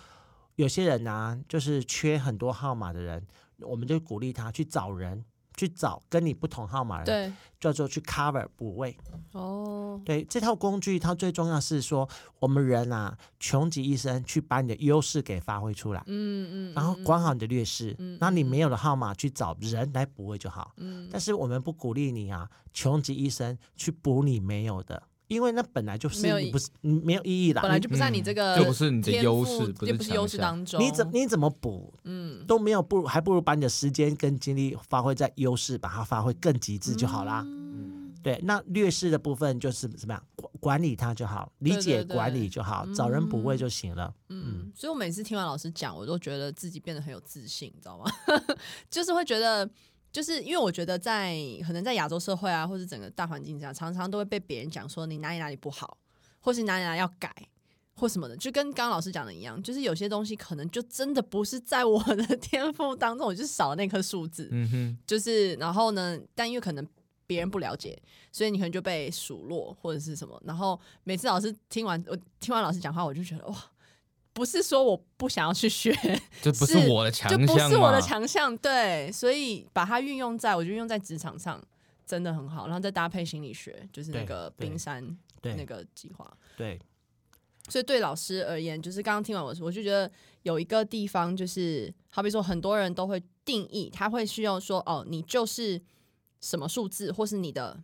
有些人啊，就是缺很多号码的人，我们就鼓励他去找人。去找跟你不同号码的人，对，叫做去 cover 补位。哦，对，这套工具它最重要是说，我们人啊，穷极一生去把你的优势给发挥出来，嗯嗯，然后嗯管好你的劣势，嗯然后你嗯没有的号码去找人来补位就好。嗯，但是我们不鼓励你啊，穷极一生去补你没有的，因为那本来就是没有意你不是你没有意义啦。本来你就不在你这个嗯就不是你的天优赋势不也是不是强优势项当中，你怎你怎么补嗯都没有，不如还不如把你的时间跟精力发挥在优势，把它发挥更极致就好啦。嗯对，那劣势的部分就是怎么样管管理它就好，理对解对管对理就好，找人补位嗯就行了。嗯，所以我每次听完老师讲，我都觉得自己变得很有自信，你知道吗？ [LAUGHS] 就是会觉得，就是因为我觉得在可能在亚洲社会啊，或是整个大环境下，常常都会被别人讲说你哪里哪里不好，或是哪里哪里要改。或什么的，就跟刚刚老师讲的一样，就是有些东西可能就真的不是在我的 [LAUGHS] 天赋当中，我就是少了那颗数字。嗯哼，就是然后呢，但因为可能别人不了解，所以你可能就被数落或者是什么。然后每次老师听完我听完老师讲话，我就觉得哇，不是说我不想要去学，这不是是我的强就项嘛，不是我的强项。对，所以把它运用在我就用在职场上。真的很好，然后再搭配心理学，就是那对个对冰山对、那个计划。对，所以对老师而言，就是刚刚听完我说，我就觉得有一个地方，就是好比说，很多人都会定义，他会需要说，哦，你就是什么数字，或是你的，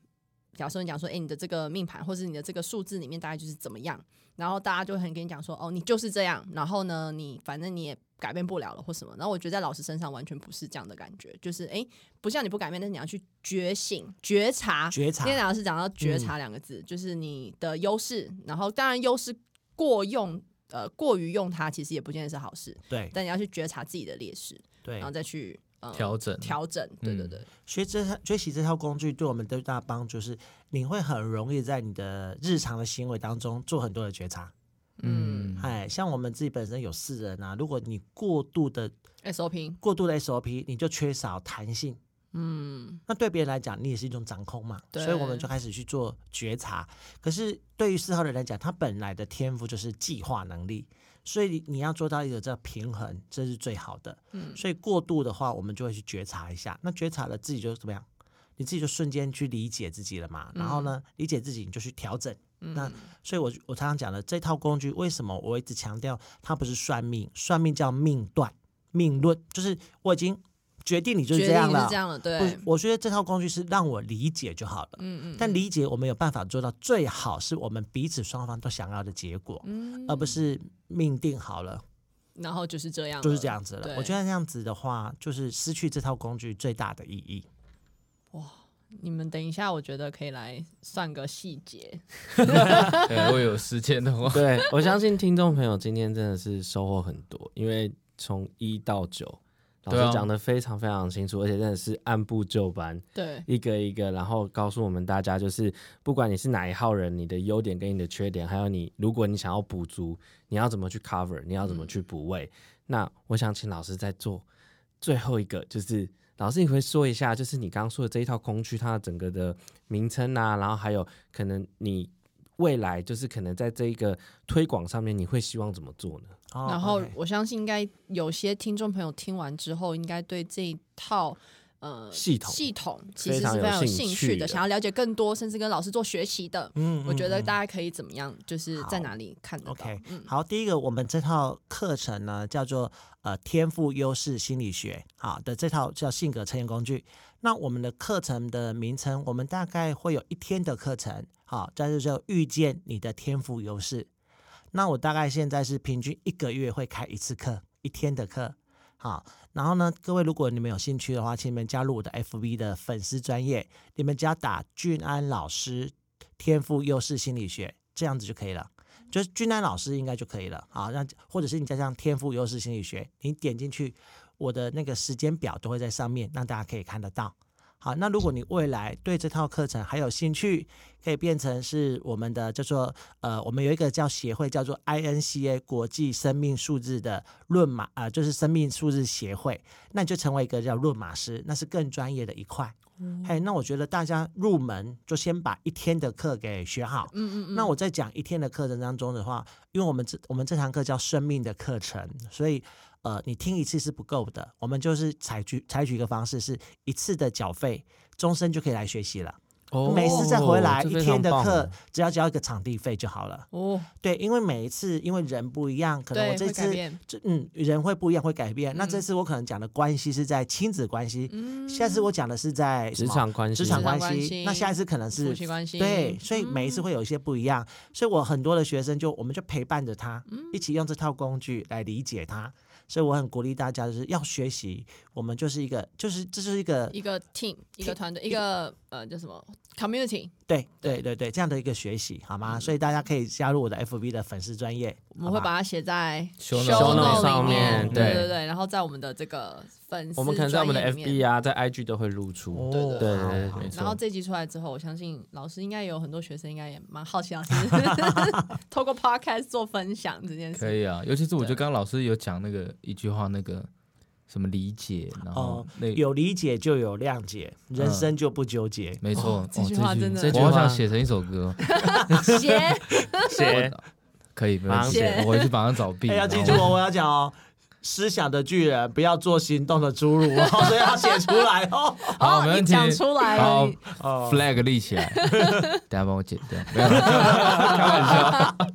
假设你讲说，哎，你的这个命盘，或是你的这个数字里面大概就是怎么样，然后大家就会很跟你讲说，哦，你就是这样，然后呢，你反正你也改变不了了或什么。然后我觉得在老师身上完全不是这样的感觉，就是哎，不像你不改变，但是你要去觉醒、觉察、觉察今天老师讲到觉察两个字，就是你的优势，然后当然优势过用，呃，过于用它其实也不见得是好事，对但你要去觉察自己的劣势，对然后。再去、呃、调整。嗯调整。对对对，学这套学习这套工具对我们最大的帮助是，你会很容易在你的日常的行为当中做很多的觉察。嗯嗯，哎，像我们自己本身有四人啊，如果你过度的 SOP，过度的 SOP，你就缺少弹性。嗯，那对别人来讲，你也是一种掌控嘛，对所以我们就开始去做觉察。可是对于四号人来讲，他本来的天赋就是计划能力，所以你要做到一个这平衡，这是最好的。嗯所以过度的话，我们就会去觉察一下。那觉察了，自己就怎么样？你自己就瞬间去理解自己了嘛。然后呢，嗯理解自己你就去调整。那所以我，我常常讲的这套工具，为什么我一直强调它不是算命？算命叫命断、命论，就是我已经决定你就是决这样定是了这。样了，对，不，我觉得这套工具是让我理解就好了。嗯嗯，但理解我们有办法做到最好，是我们彼此双方都想要的结果，嗯，而不是命定好了然后就是这样，就是这。样子了。我对觉得那样子的话，就是失去这套工具最大的意义。你们等一下，我觉得可以来算个细节，对，我有时间的 [LAUGHS] 话，对，我相信听众朋友今天真的是收获很多，因为从一到九，老对啊师讲的非常非常清楚，而且真的是按部就班，对，一个一个，然后告诉我们大家，就是不管你是哪一号人，你的优点跟你的缺点，还有你如果你想要补足，你要怎么去 cover，你要怎嗯么去补位。那我想请老师再做最后一个，就是老师你会说一下，就是你刚刚说的这一套工具，它的整个的名称啊，然后还有可能你未来就是可能在这一个推广上面，你会希望怎么做呢？哦然后 OK 我相信，应该有些听众朋友听完之后，应该对这一套呃系统系统其实是非常非有常有兴兴趣趣的，的想要了解更多，甚至跟老师做学习的。嗯我觉得嗯嗯大家可以怎么样，就是在好哪里看得到 OK，嗯好，第一个我们这套课程呢叫做呃天赋优势心理学，好的这套叫性格测验工具。那我们的课程的名称，我们大概会有一天的课程，好，这就叫遇见你的天赋优势。那我大概现在是平均一个月会开一次课，一天的课。好，然后呢，各位如果你们有兴趣的话，请你们加入我的 FB 的粉丝专业，你们只要打俊安老师天赋优势心理学，这样子就可以了。就是俊安老师应该就可以了啊。那或者是你加上天赋优势心理学，你点进去，我的那个时间表都会在上面，让大家可以看得到。好，那如果你未来对这套课程还有兴趣，可以变成是我们的叫做呃，我们有一个叫协会叫做 INCA 国际生命数字的论码啊、呃就是生命数字协会，那你就成为一个叫论码师，那是更专业的一块。嘿，那我觉得大家入门就先把一天的课给学好，嗯嗯嗯，那我在讲一天的课程当中的话，因为我们这我们这堂课叫生命的课程，所以呃，你听一次是不够的，我们就是采取采取一个方式，是一次的缴费，终身就可以来学习了。哦每次再回来这一非天常的棒课哦，只要交一个场地费就好了。哦，对，因为每一次因为人不一样，可能我对，这会改次变，这嗯人会不一样，会改变。那这嗯次我可能讲的关系是在亲子关系，嗯，下次我讲的是在什职么场关系，职场职关场关系，系那下一次可能夫是妻关系，对，所以每一次嗯会有一些不一样。所以我很多的学生就我们就陪伴着他，嗯一起用这套工具来理解他。所以我很鼓励大家，就是要学习，我们就是一个，就是这就是一个一个 team，一个 team，团队，一个呃叫什么 community，对对对对这样的一个学习，好吗？所以大家可以加入我的 FB 的粉丝专业，嗯我们会好吧把它写在 Show show note note 上里面对对对对，然后在我们的这个粉丝，我们可能在我们的 FB 啊，在 IG 都会露出。哦对对好对好没错嗯然后这集出来之后，我相信老师应该有很多学生应该也蛮好奇老师 [LAUGHS] 透过 podcast 做分享这件可事。以啊，尤其是我觉得刚刚老师有讲那个一句话，那个什么理解，然后哦那有理解就有谅解，人嗯生就不纠结。没错，哦这句话真的这句我我好好想想写成一首歌， [LAUGHS] 写谢可以，没马上问题写，我回去马上找 B，哎、要记住哦，我要讲哦。思想的巨人，不要做行动的侏儒哦， [LAUGHS] 所以要写出来哦。好，哦没你问题，讲出来了好你哦，flag 立 [LAUGHS] 起来，等下帮我剪掉，没有，开玩笑，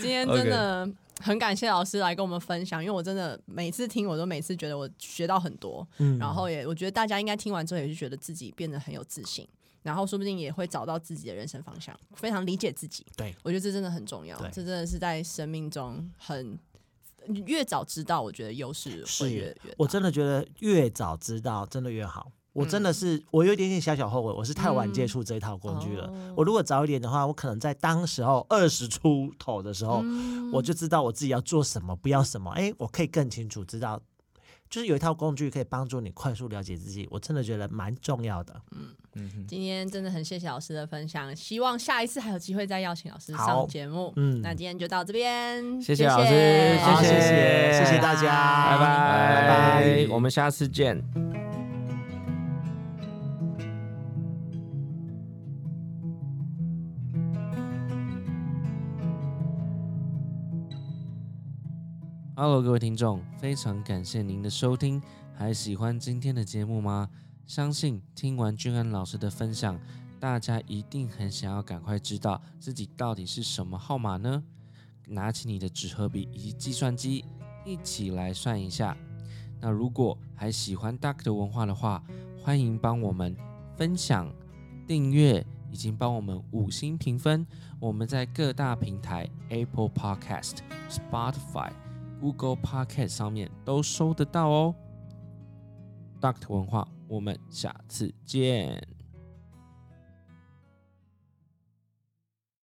今天真的很感谢老师来跟我们分享，因为我真的每次听，我都每次觉得我学到很多，嗯然后也我觉得大家应该听完之后也是觉得自己变得很有自信，然后说不定也会找到自己的人生方向，非常理解自己。对，我觉得这真的很重要对，这真的是在生命中很越早知道，我觉得优势是会越越我大真的觉得越早知道，真的越好。我真的是，我有一点点小小后悔，我是太晚接触这一套工具了。哦我如果早一点的话，我可能在当时候二十出头的时哦候，嗯我就知道我自己要做什么，不要什么。哎，我可以更清楚知道，就是有一套工具可以帮助你快速了解自己。我真的觉得蛮重要的。嗯哼今天真的很谢谢老师的分享，希望下一次还有机会再邀请老师好上节目。嗯那今天就到这边，谢谢老师好，谢谢谢，谢谢大家，拜拜拜拜我们下次见。Hello，各位听众，非常感谢您的收听，还喜欢今天的节目吗？相信听完君安老师的分享，大家一定很想要赶快知道自己到底是什么号码呢？拿起你的纸和笔以及计算机，一起来算一下。那如果还喜欢 Duck 的文化的话，欢迎帮我们分享、订阅，以及帮我们五星评分。我们在各大平台 Apple Podcast、Spotify、Google Podcast 上面都收得到哦。Duck 文化，我们下次见。